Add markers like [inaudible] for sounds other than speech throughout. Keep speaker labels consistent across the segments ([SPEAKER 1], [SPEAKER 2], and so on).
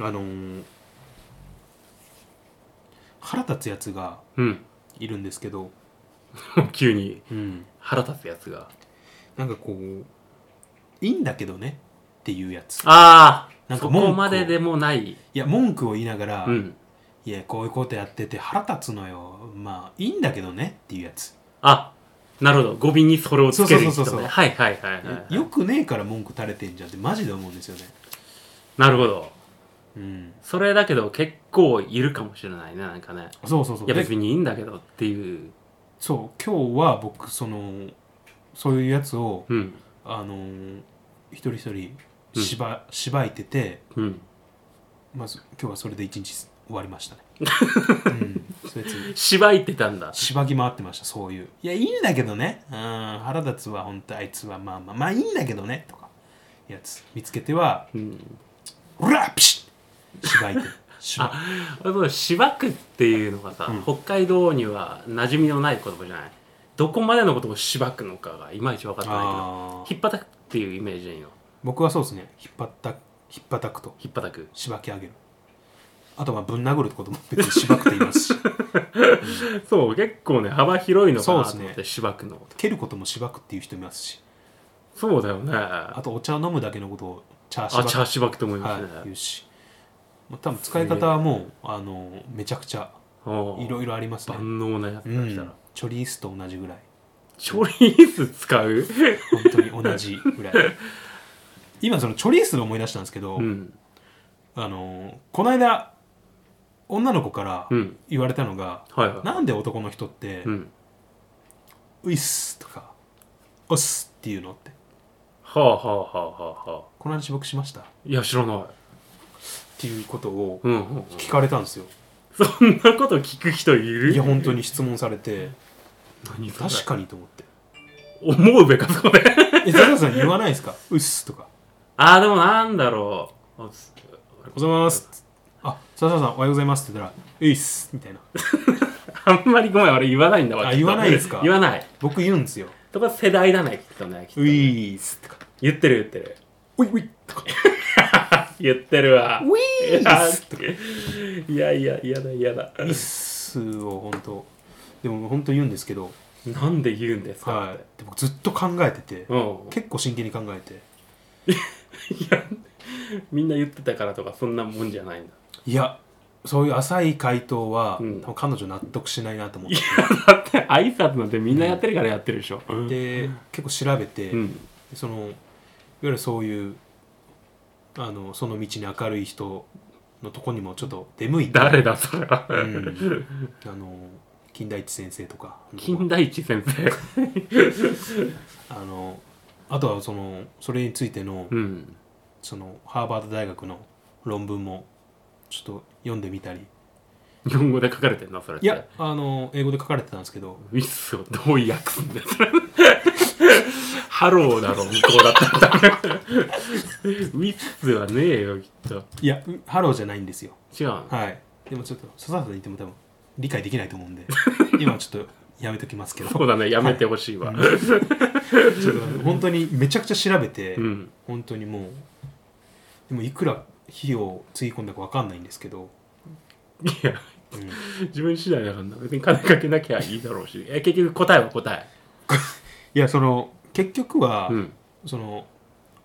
[SPEAKER 1] あのー腹立つやつが
[SPEAKER 2] うん。 [laughs]
[SPEAKER 1] いるんですけど、
[SPEAKER 2] 急に
[SPEAKER 1] うん、
[SPEAKER 2] 腹立つやつが。
[SPEAKER 1] なんかこういいんだけどねっていうやつ
[SPEAKER 2] あ
[SPEAKER 1] なん
[SPEAKER 2] あ
[SPEAKER 1] か
[SPEAKER 2] そ
[SPEAKER 1] 文句を
[SPEAKER 2] こまででもない。
[SPEAKER 1] いや文句を言いながら、
[SPEAKER 2] うん。
[SPEAKER 1] いやこういうことやってて腹立つのよまあいいんだけどねっていうやつ、
[SPEAKER 2] あなるほど。語尾にそれをつける人ね。
[SPEAKER 1] そうそうそうそう
[SPEAKER 2] はいはいはいはい、はい。
[SPEAKER 1] よくねえから文句垂れてんじゃんってマジで思うんですよね
[SPEAKER 2] なるほど。
[SPEAKER 1] うん
[SPEAKER 2] それだけど結構いるかもしれないね、なんかね。
[SPEAKER 1] そうそうそう
[SPEAKER 2] いや
[SPEAKER 1] で
[SPEAKER 2] 別にいいんだけどっていう。
[SPEAKER 1] そう今日は僕そのそういうやつを
[SPEAKER 2] うん。
[SPEAKER 1] あのー一人一人しば,、しばいてて
[SPEAKER 2] うん。
[SPEAKER 1] まず今日はそれで一日終わりました [laughs] ねうんそいつ
[SPEAKER 2] しばいてたんだ。
[SPEAKER 1] しばき回ってましたそういういやいいんだけどねうん腹立つは本当あいつはまあまあまあいいんだけどねとかやつ見つけては
[SPEAKER 2] うん。
[SPEAKER 1] うらっピシッしばいてしば
[SPEAKER 2] 俺もしばくっていうのがさ、
[SPEAKER 1] うん
[SPEAKER 2] 北海道には馴染みのない言葉じゃない。どこまでのことをしばくのかがいまいち分かってないけど。
[SPEAKER 1] あー
[SPEAKER 2] ひっぱたくっていうイメージでいいの。
[SPEAKER 1] 僕はそうですね引っ張った引っ張たくと
[SPEAKER 2] ひっぱたく。
[SPEAKER 1] しばき上げるあとはぶん殴るってことも別にしばくています [laughs] し
[SPEAKER 2] そう、結構ね、幅広いのかなと
[SPEAKER 1] そう
[SPEAKER 2] 思
[SPEAKER 1] で
[SPEAKER 2] っ
[SPEAKER 1] すね
[SPEAKER 2] て、しばくの。
[SPEAKER 1] 蹴ることもしばくっていう人いますし
[SPEAKER 2] そうだよね。
[SPEAKER 1] あ
[SPEAKER 2] あ、
[SPEAKER 1] とお茶を飲むだけのことを茶し
[SPEAKER 2] チ
[SPEAKER 1] ば
[SPEAKER 2] ャーしばくと思いますね。
[SPEAKER 1] はい、言うしもう多分使い方はもうあのめちゃくちゃ
[SPEAKER 2] うん
[SPEAKER 1] いろいろありますね、
[SPEAKER 2] 万能なやつ
[SPEAKER 1] う
[SPEAKER 2] からしたら。
[SPEAKER 1] ん、チョリースと同じぐらい
[SPEAKER 2] チョリース使う
[SPEAKER 1] 本当に同じぐらい
[SPEAKER 2] [laughs]
[SPEAKER 1] 今そのチョリースで思い出したんですけど、
[SPEAKER 2] うん。
[SPEAKER 1] あのこの間女の子から
[SPEAKER 2] うん。
[SPEAKER 1] 言われたのが、
[SPEAKER 2] はいはい。
[SPEAKER 1] なんで男の人って
[SPEAKER 2] うん。
[SPEAKER 1] 「ういっす」とか「おっす」っていうのって
[SPEAKER 2] はあはあはあはあはあ。
[SPEAKER 1] この話僕しましたっ
[SPEAKER 2] いや、知らない。
[SPEAKER 1] ていうことを
[SPEAKER 2] うん、うんうん。
[SPEAKER 1] 聞かれたんですよ、
[SPEAKER 2] そんなこと聞く人いる
[SPEAKER 1] いや本当に質問されて
[SPEAKER 2] 何それ
[SPEAKER 1] 確かにと思
[SPEAKER 2] [laughs]
[SPEAKER 1] って
[SPEAKER 2] 思うべか、それ。 [laughs]
[SPEAKER 1] 「え高橋さん言わないですか?」「うっす」とか
[SPEAKER 2] あー、でもなんだろう。あす
[SPEAKER 1] おはようございます。あ、笹田さんおはようございますって言ったら、ういっすみたいな。
[SPEAKER 2] あんまりごめん、俺言わないんだわ。
[SPEAKER 1] あ
[SPEAKER 2] きっと
[SPEAKER 1] 言わないですか
[SPEAKER 2] [laughs] 言わない。
[SPEAKER 1] 僕言うんですよ。
[SPEAKER 2] とか世代だね、きっとね。きっと
[SPEAKER 1] ういっすとか、
[SPEAKER 2] 言ってる言ってる。
[SPEAKER 1] ういういとか、
[SPEAKER 2] 言ってるわ。
[SPEAKER 1] ういっすとか、
[SPEAKER 2] いやいや、嫌だ嫌だ。
[SPEAKER 1] ういっすを本当、でも本当言うんですけど、
[SPEAKER 2] なんで言うんですか、
[SPEAKER 1] は
[SPEAKER 2] っ
[SPEAKER 1] い
[SPEAKER 2] て。
[SPEAKER 1] で僕ずっと考えてて、
[SPEAKER 2] うん。
[SPEAKER 1] 結構真剣に考えて、
[SPEAKER 2] いや、みんな言ってたからとか、そんなもんじゃないんだ。
[SPEAKER 1] いや、そういう浅い回答は、
[SPEAKER 2] うん
[SPEAKER 1] 多分彼女納得しないなと思って、
[SPEAKER 2] だって挨拶なんてみんなやってるからやってるでしょ。うん。
[SPEAKER 1] で、結構調べて、
[SPEAKER 2] うん。
[SPEAKER 1] そのいわゆるそういうあのその道に明るい人のとこにもちょっと出向いて
[SPEAKER 2] 誰だそれは。
[SPEAKER 1] うんあの金田一先生とか
[SPEAKER 2] 金田一先生。
[SPEAKER 1] あのあとはそのそれについての,、
[SPEAKER 2] うん。
[SPEAKER 1] そのハーバード大学の論文もちょっと読んでみたり
[SPEAKER 2] 日本語で書かれてんな、それっ
[SPEAKER 1] い
[SPEAKER 2] て。
[SPEAKER 1] や。あの英語で書かれてたんですけど
[SPEAKER 2] ウィスをどう訳すんだよ、それ。ハローだろ、向こうだったら。 [laughs] ウィスはねえよ、きっと。
[SPEAKER 1] いやうハローじゃないんですよ
[SPEAKER 2] 違うの
[SPEAKER 1] はいでもちょっと笹田さんに言っても多分理解できないと思
[SPEAKER 2] [laughs]
[SPEAKER 1] うんで今はちょっとやめときますけど
[SPEAKER 2] そうだね、やめてほしいわ。
[SPEAKER 1] ちょっと本当にめちゃくちゃ調べて、
[SPEAKER 2] うん。
[SPEAKER 1] 本当にもうでもいくら費用をつぎ込んだかわかんないんですけど、
[SPEAKER 2] いや、
[SPEAKER 1] うん
[SPEAKER 2] 自分次第だからな。別に金かけなきゃいいだろうし。え、結局答えは答え。
[SPEAKER 1] いやその結局は、
[SPEAKER 2] うん。
[SPEAKER 1] その「おはよ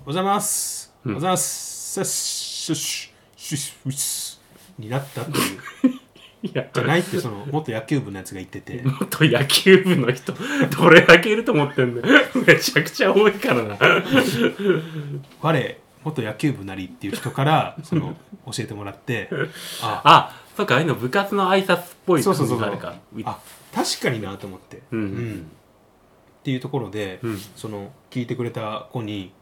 [SPEAKER 1] うございます」
[SPEAKER 2] うん
[SPEAKER 1] おはようございます」さっしゅっしゅっしゅっしゅになったっていう
[SPEAKER 2] いや、
[SPEAKER 1] じゃないってその元野球部のやつが言ってて
[SPEAKER 2] 元野球部の人、どれだけいると思ってんだよ。めちゃくちゃ多いからな。
[SPEAKER 1] 「我元野球部なり」っていう人からその教えてもらってあ
[SPEAKER 2] あ、そっか、ああいうの部活の挨拶っぽい
[SPEAKER 1] そ
[SPEAKER 2] 感
[SPEAKER 1] うそう
[SPEAKER 2] じ
[SPEAKER 1] そう
[SPEAKER 2] が
[SPEAKER 1] そ
[SPEAKER 2] ある
[SPEAKER 1] う
[SPEAKER 2] か。
[SPEAKER 1] あ確かになと思って、
[SPEAKER 2] うん
[SPEAKER 1] っていうところで、
[SPEAKER 2] うん
[SPEAKER 1] その聞いてくれた子に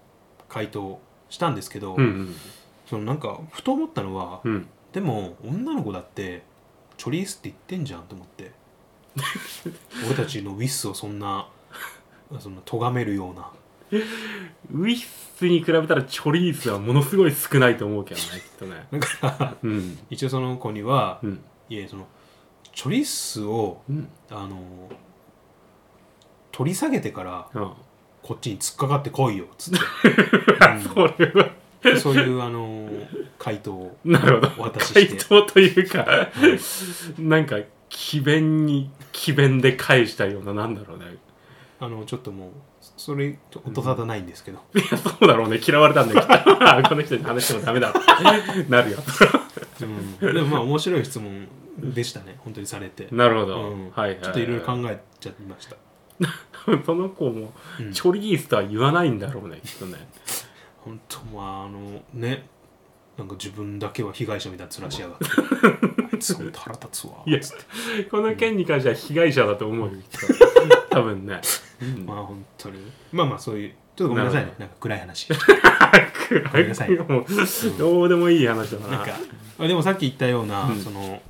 [SPEAKER 1] 回答したんですけど、
[SPEAKER 2] うんうん。
[SPEAKER 1] そのなんかふと思ったのは、
[SPEAKER 2] うん。
[SPEAKER 1] でも女の子だってチョリースって言ってんじゃんと思って俺たちのウィスをそんなそんな咎めるような
[SPEAKER 2] ウィスに比べたらチョリースはものすごい少ないと思うけどね、きっとね。
[SPEAKER 1] だから
[SPEAKER 2] うん。
[SPEAKER 1] 一応その子には、
[SPEAKER 2] うん。
[SPEAKER 1] いえそのチョリースを
[SPEAKER 2] うん。
[SPEAKER 1] あの取り下げてから
[SPEAKER 2] うん。
[SPEAKER 1] こっちに突っかかってこいよっつって、
[SPEAKER 2] それは、
[SPEAKER 1] そういうあの回答を
[SPEAKER 2] なるほど
[SPEAKER 1] お渡しし
[SPEAKER 2] 回
[SPEAKER 1] て
[SPEAKER 2] 答というかなんか詭弁に詭弁で返したようななんだろうね
[SPEAKER 1] あのちょっともうそれちょ音沙汰ないんですけど、
[SPEAKER 2] いやそうだろうね嫌われたんだけど [laughs] あこの人に話してもダメだ [laughs] ってなるよ
[SPEAKER 1] うんでもまあ面白い質問でしたね本当にされて、
[SPEAKER 2] なるほ
[SPEAKER 1] う
[SPEAKER 2] ど、
[SPEAKER 1] ん
[SPEAKER 2] はいはい、
[SPEAKER 1] ちょっといろいろ考えちゃいました、
[SPEAKER 2] その子も
[SPEAKER 1] うん
[SPEAKER 2] チョリギースとは言わないんだろうねきっとね
[SPEAKER 1] 本当まああのねなんか自分だけは被害者みたいな面しやがってあいつ本当腹立つわ
[SPEAKER 2] いや
[SPEAKER 1] つって
[SPEAKER 2] この件に関しては被害者だと思うよきっと多分ね、うん
[SPEAKER 1] まあ本当にまあまあそういうちょっとごめんなさいねなんか暗い
[SPEAKER 2] [laughs]
[SPEAKER 1] 話ごめんなさい
[SPEAKER 2] もうどうでもいい話だな
[SPEAKER 1] なんかあでもさっき言ったような、
[SPEAKER 2] うん
[SPEAKER 1] その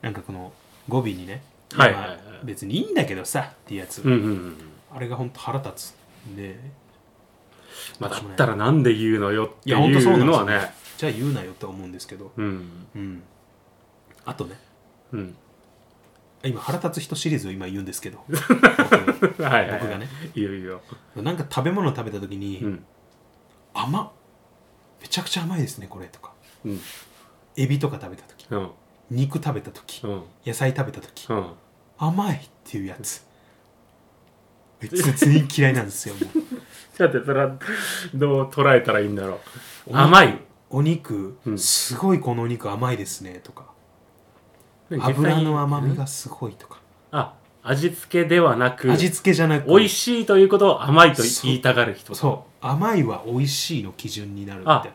[SPEAKER 1] なんかこの語尾にね、
[SPEAKER 2] はいはいはい
[SPEAKER 1] まあ別にいいんだけどさっていうやつ、
[SPEAKER 2] うんうんうん
[SPEAKER 1] あれが本当腹立つんで
[SPEAKER 2] まあ、だったらなんで言うのよってい
[SPEAKER 1] いやほんとそううなん
[SPEAKER 2] の
[SPEAKER 1] です
[SPEAKER 2] は
[SPEAKER 1] よ
[SPEAKER 2] ね
[SPEAKER 1] じゃあ言うなよとは思うんですけど、
[SPEAKER 2] うん
[SPEAKER 1] うん、あとね
[SPEAKER 2] うん
[SPEAKER 1] 今腹立つ人シリーズを今言うんです
[SPEAKER 2] [laughs]
[SPEAKER 1] けど
[SPEAKER 2] はいはい
[SPEAKER 1] 僕がね
[SPEAKER 2] いいよいいよ、
[SPEAKER 1] なんか食べ物を食べた時に、
[SPEAKER 2] うん
[SPEAKER 1] 甘っめちゃくちゃ甘いですねこれとか
[SPEAKER 2] うん
[SPEAKER 1] エビとか食べた時
[SPEAKER 2] うん
[SPEAKER 1] 肉食べた時
[SPEAKER 2] うん
[SPEAKER 1] 野菜食べた時
[SPEAKER 2] うん
[SPEAKER 1] 甘いっていうやつ別に嫌いなんですよも
[SPEAKER 2] [laughs]
[SPEAKER 1] う
[SPEAKER 2] さてそれはどう捉えたらいいんだろう甘い
[SPEAKER 1] お肉、
[SPEAKER 2] うん
[SPEAKER 1] すごいこのお肉甘いですねとか油の甘みがすごいとか、
[SPEAKER 2] あ味付けではなく
[SPEAKER 1] 味付けじゃなく
[SPEAKER 2] 美味しいということを甘いと言いたがる人
[SPEAKER 1] そう甘いは美味しいの基準になるみたい
[SPEAKER 2] あ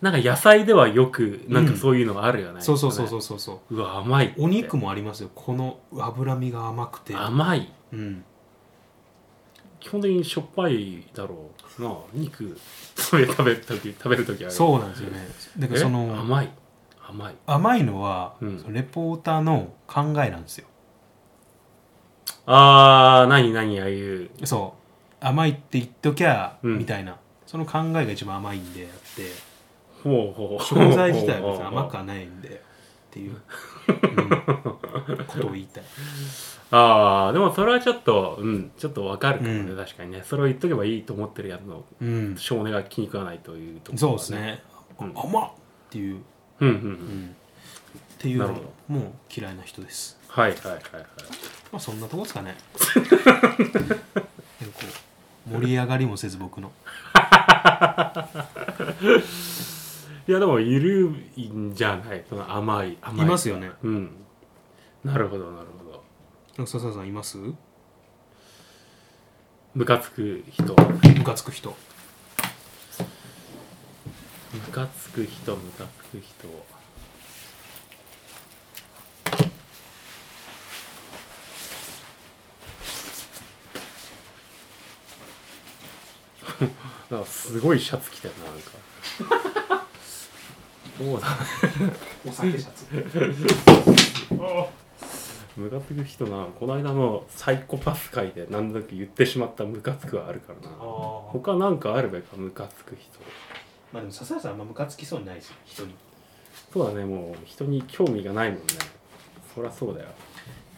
[SPEAKER 2] なんか野菜ではよくなんかそういうのがあるよね、
[SPEAKER 1] なそうそうそうそううそうそう
[SPEAKER 2] うわ甘いって
[SPEAKER 1] お肉もありますよこの脂身が甘くて
[SPEAKER 2] 甘い
[SPEAKER 1] うん
[SPEAKER 2] 基本的にしょっぱいだろうなあ肉食べ食べる時食べる時ある
[SPEAKER 1] そうなんですよねだから
[SPEAKER 2] え
[SPEAKER 1] その
[SPEAKER 2] 甘い甘い
[SPEAKER 1] 甘いのは、
[SPEAKER 2] うん
[SPEAKER 1] そのレポーターの考えなんですよ
[SPEAKER 2] あー何何ああいう
[SPEAKER 1] そう甘いって言っときゃ、
[SPEAKER 2] うん
[SPEAKER 1] みたいなその考えが一番甘いんであって
[SPEAKER 2] ほうほう
[SPEAKER 1] 商材自体は別に甘くはないんでっていう、うんことを言いたい
[SPEAKER 2] ああでもそれはちょっとうんちょっとわかるかもね、
[SPEAKER 1] うん
[SPEAKER 2] 確かにねそれを言っとけばいいと思ってるやつの
[SPEAKER 1] うん
[SPEAKER 2] 少年が気に食わないというところ、
[SPEAKER 1] そうですね
[SPEAKER 2] うん
[SPEAKER 1] 甘っっていう、
[SPEAKER 2] うんうん
[SPEAKER 1] う
[SPEAKER 2] う
[SPEAKER 1] んん、っていうの
[SPEAKER 2] なるほ
[SPEAKER 1] もう嫌いな人です
[SPEAKER 2] はいはいはいはい
[SPEAKER 1] まあそんなとこです [laughs] かねでもこう盛り上がりもせず僕の
[SPEAKER 2] いやでもいるんじゃないその甘い
[SPEAKER 1] い
[SPEAKER 2] 甘い
[SPEAKER 1] ますよね
[SPEAKER 2] うんなるほどなるほど
[SPEAKER 1] 笹田さんいますム
[SPEAKER 2] ムカつく人
[SPEAKER 1] カつく人
[SPEAKER 2] ムカつく人ムカつく人 [laughs] なんかすごいシャツ着てるななんか [laughs] そうだね
[SPEAKER 1] お酒シャツ
[SPEAKER 2] ムカつく人なこの間のサイコパス会で何となく言ってしまったムカつくはあるからな
[SPEAKER 1] あ
[SPEAKER 2] 他なんかあるべかムカつく人
[SPEAKER 1] まあでも笹田さんあんまムカつきそうにないですよ人に
[SPEAKER 2] そうだねもう人に興味がないもんねそりゃそうだよ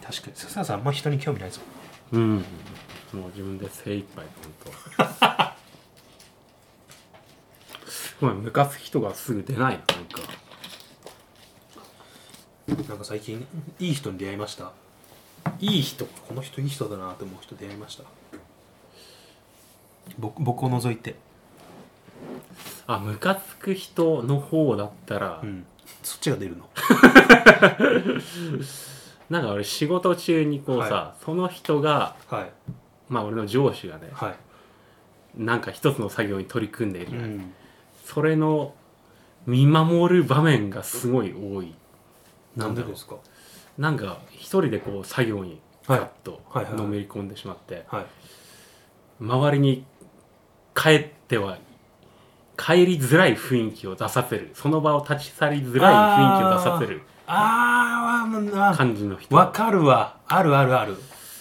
[SPEAKER 1] 確かに笹田さんあんま人に興味ないですもん
[SPEAKER 2] うんもう自分で精一杯本当 [laughs] ごめんムカつく人がすぐ出ないななんか
[SPEAKER 1] なんか最近いい人に出会いました
[SPEAKER 2] いい人
[SPEAKER 1] この人いい人だなと思う人出会いました僕僕を除いて
[SPEAKER 2] あムカつく人の方だったら、
[SPEAKER 1] うんそっちが出るの
[SPEAKER 2] なんか俺仕事中にこうさ、その人が
[SPEAKER 1] はい
[SPEAKER 2] まあ俺の上司がね
[SPEAKER 1] はい、
[SPEAKER 2] なんか一つの作業に取り組んでいるじゃない、
[SPEAKER 1] ん、
[SPEAKER 2] それの見守る場面がすごい多い
[SPEAKER 1] なんで
[SPEAKER 2] なんだろう
[SPEAKER 1] ですか
[SPEAKER 2] なんか一人でこう作業に
[SPEAKER 1] はい
[SPEAKER 2] ガッと
[SPEAKER 1] はいはいはい
[SPEAKER 2] のめり込んでしまって、
[SPEAKER 1] はい
[SPEAKER 2] 周りに帰っては帰りづらい雰囲気を出させるその場を立ち去りづらい雰囲気を出させる
[SPEAKER 1] あーあ
[SPEAKER 2] 感じの人
[SPEAKER 1] わかるわあるあるある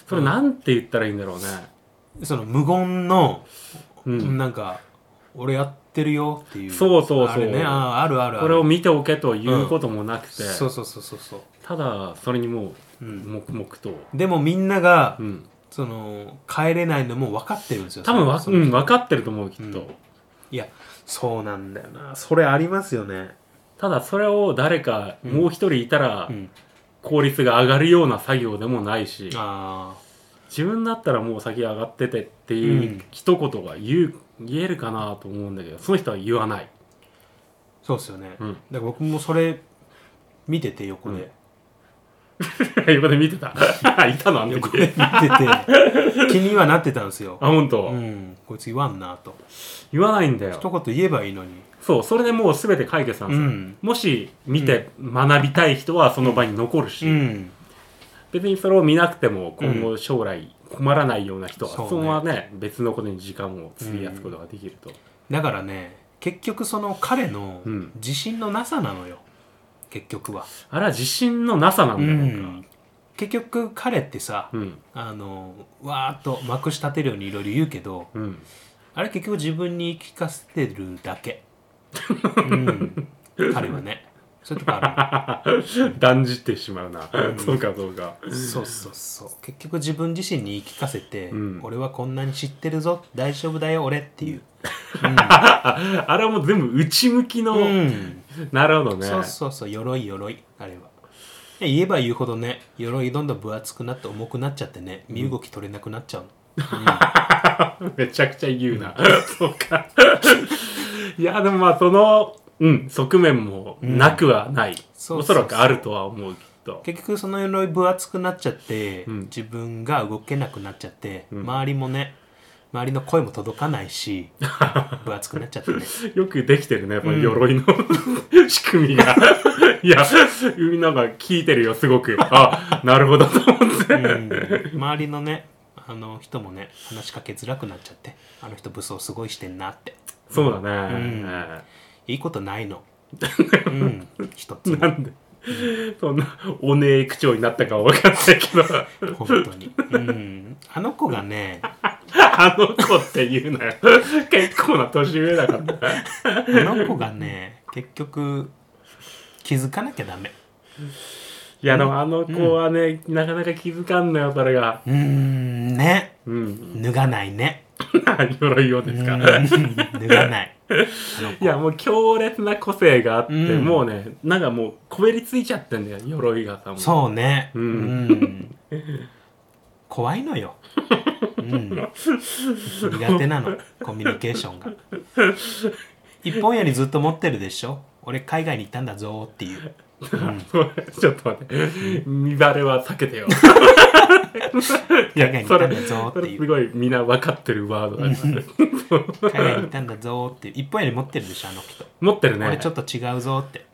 [SPEAKER 2] それなんて言ったらいいんだろうね
[SPEAKER 1] その無言の、
[SPEAKER 2] うん、
[SPEAKER 1] なんか俺やってるよっていう
[SPEAKER 2] そうそうそ
[SPEAKER 1] あ
[SPEAKER 2] う
[SPEAKER 1] れねあーあるあるある
[SPEAKER 2] これを見ておけということもなくて、
[SPEAKER 1] そうそうそうそうそう
[SPEAKER 2] ただそれにも
[SPEAKER 1] う
[SPEAKER 2] う
[SPEAKER 1] ん
[SPEAKER 2] 黙々と、
[SPEAKER 1] でもみんなが、
[SPEAKER 2] うん、
[SPEAKER 1] その帰れないのも分かってるんですよ
[SPEAKER 2] 多分わ、
[SPEAKER 1] その
[SPEAKER 2] うん、分かってると思うきっと、
[SPEAKER 1] うんいやそうなんだよなそれありますよね
[SPEAKER 2] ただそれを誰か
[SPEAKER 1] うん
[SPEAKER 2] もう一人いたら
[SPEAKER 1] うん
[SPEAKER 2] 効率が上がるような作業でもないし、
[SPEAKER 1] あ
[SPEAKER 2] 自分だったらもう先上がっててっていううん一言が言う言えるかなと思うんだけどその人は言わない、 [laughs]
[SPEAKER 1] あそうですよね、
[SPEAKER 2] う
[SPEAKER 1] だか
[SPEAKER 2] ん、
[SPEAKER 1] ら僕もそれ見てて横で、
[SPEAKER 2] 横で見てた [laughs] いたのあの
[SPEAKER 1] 横
[SPEAKER 2] 時
[SPEAKER 1] で見てて
[SPEAKER 2] [laughs]
[SPEAKER 1] 気にはなってたんですよ
[SPEAKER 2] あ本当、
[SPEAKER 1] うんこいつ言わんなと
[SPEAKER 2] 言わないんだ
[SPEAKER 1] 一
[SPEAKER 2] よ
[SPEAKER 1] 言言えばいいのに
[SPEAKER 2] そうそれでもう全て解決なんですよ、
[SPEAKER 1] うん
[SPEAKER 2] もし見て学びたい人はその場に残るし、
[SPEAKER 1] うん
[SPEAKER 2] 別にそれを見なくても今後将来困らないような人は、
[SPEAKER 1] そうね
[SPEAKER 2] そのままね別のことに時間を費やすことができると、
[SPEAKER 1] だからね結局その彼の
[SPEAKER 2] うん
[SPEAKER 1] 自信のなさなのよ、結局は、
[SPEAKER 2] あれは自信のなさなんだよ、
[SPEAKER 1] うん結局彼ってさ、
[SPEAKER 2] うん
[SPEAKER 1] あのわーっとまくし立てるようにいろいろ言うけど
[SPEAKER 2] うん、
[SPEAKER 1] あれ結局自分に言い聞かせてるだけ、
[SPEAKER 2] [laughs]
[SPEAKER 1] うん、彼はねそういうとこあ
[SPEAKER 2] 断じてしまうな、
[SPEAKER 1] ん
[SPEAKER 2] そうかそうか
[SPEAKER 1] るのそうそうそう結局自分自身に言い聞かせて、
[SPEAKER 2] うん
[SPEAKER 1] 俺はこんなに知ってるぞ大丈夫だよ俺っていう、
[SPEAKER 2] ああれはもう全部内向きの、
[SPEAKER 1] うん、
[SPEAKER 2] なるほどね
[SPEAKER 1] そうそうそう鎧鎧あれは言えば言うほどね鎧どんどん分厚くなって重くなっちゃってね身動き取れなくなっちゃうの、
[SPEAKER 2] めちゃくちゃ言うな、そうか [laughs] いやでもまあそのうん側面もなくはない、
[SPEAKER 1] そう
[SPEAKER 2] お
[SPEAKER 1] そ
[SPEAKER 2] そう
[SPEAKER 1] そう
[SPEAKER 2] らくあるとは思うきっと
[SPEAKER 1] 結局その鎧分厚くなっちゃって、
[SPEAKER 2] うん
[SPEAKER 1] 自分が動けなくなっちゃって、
[SPEAKER 2] うん
[SPEAKER 1] 周りもね周りの声も届かない
[SPEAKER 2] [laughs]
[SPEAKER 1] し分厚くなっちゃってね
[SPEAKER 2] よくできてるね、この鎧の [laughs] 仕組みが。いや、なんか聞いてるよ、すごく。あ、なるほどと思って。
[SPEAKER 1] うん周りのねあの人もね話しかけづらくなっちゃってあの人武装すごいしてんなって
[SPEAKER 2] そうだね。
[SPEAKER 1] うんいいことない
[SPEAKER 2] [laughs]
[SPEAKER 1] の、うん、一つ
[SPEAKER 2] な
[SPEAKER 1] も
[SPEAKER 2] んで、そんな、おねえ口調になったかは分かんないけど、
[SPEAKER 1] 本当に、うん、あの子がね
[SPEAKER 2] あの子って言うなよ。 [laughs] 結構な年上だから。
[SPEAKER 1] あの子がね結局気づかなきゃダメ
[SPEAKER 2] いや、でもあの子はね、なかなか気づかんのよ、それが。
[SPEAKER 1] うーんね
[SPEAKER 2] うん。
[SPEAKER 1] 脱がないね
[SPEAKER 2] 鎧をですか。
[SPEAKER 1] うん脱がないあの
[SPEAKER 2] いやもう強烈な個性があって、
[SPEAKER 1] うん
[SPEAKER 2] もうねなんかもうこべりついちゃってんだよ鎧がさもう
[SPEAKER 1] そうね
[SPEAKER 2] うん
[SPEAKER 1] ん怖いのよ、うん、苦手なのコミュニケーションが一本やりずっと持ってるでしょ俺海外に行ったんだぞーっていう
[SPEAKER 2] [laughs] ちょっと待って、見バレは避けてよ。
[SPEAKER 1] 海外に行ったんだぞーって
[SPEAKER 2] いそれ、それ
[SPEAKER 1] い
[SPEAKER 2] す
[SPEAKER 1] う
[SPEAKER 2] ごいみんな分かってるワードだから。
[SPEAKER 1] 海外に行ったんだぞーっていう一本やり持ってるでしょあの人
[SPEAKER 2] 持ってるね。
[SPEAKER 1] 俺ちょっと違うぞーって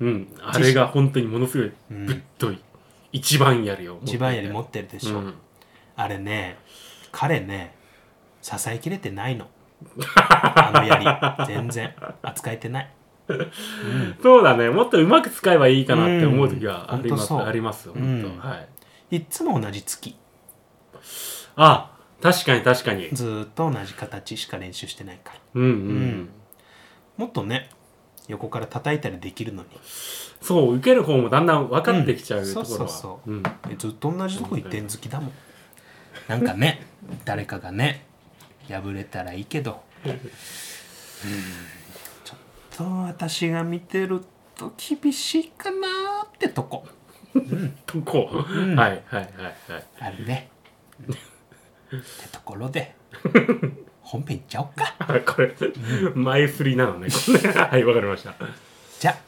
[SPEAKER 2] うん、あれが本当にものすごいぶっとい。一番やりを。
[SPEAKER 1] 一番やり持ってるでしょ、
[SPEAKER 2] うん
[SPEAKER 1] あれね彼ね支えきれてないのあのやり全然扱えてない
[SPEAKER 2] そうだね、もっとうまく使えばいいかなって思う時は
[SPEAKER 1] うん
[SPEAKER 2] ありま
[SPEAKER 1] ほんと
[SPEAKER 2] す、
[SPEAKER 1] そう
[SPEAKER 2] ありますよ、
[SPEAKER 1] うん
[SPEAKER 2] 本当、はい。
[SPEAKER 1] いっつも同じ月
[SPEAKER 2] あ、確かに確かに。
[SPEAKER 1] ずーっと同じ形しか練習してないから
[SPEAKER 2] うんうん。
[SPEAKER 1] んもっとね横から叩いたりできるのに
[SPEAKER 2] そう、受ける方もだんだん分かってきちゃう
[SPEAKER 1] うん
[SPEAKER 2] ところは。
[SPEAKER 1] そうそうそう
[SPEAKER 2] うん
[SPEAKER 1] えずっと同じとこ一点好きだもんなんかね誰かがね破れたらいいけどうんちょっと私が見てると厳しいかなーってとこと
[SPEAKER 2] こ、はいはいはいはい。
[SPEAKER 1] あるね。ってところで本編いっちゃおっか。
[SPEAKER 2] あ [laughs] これ、前振りなのね。これ [laughs] はい、わかりました。
[SPEAKER 1] じゃあ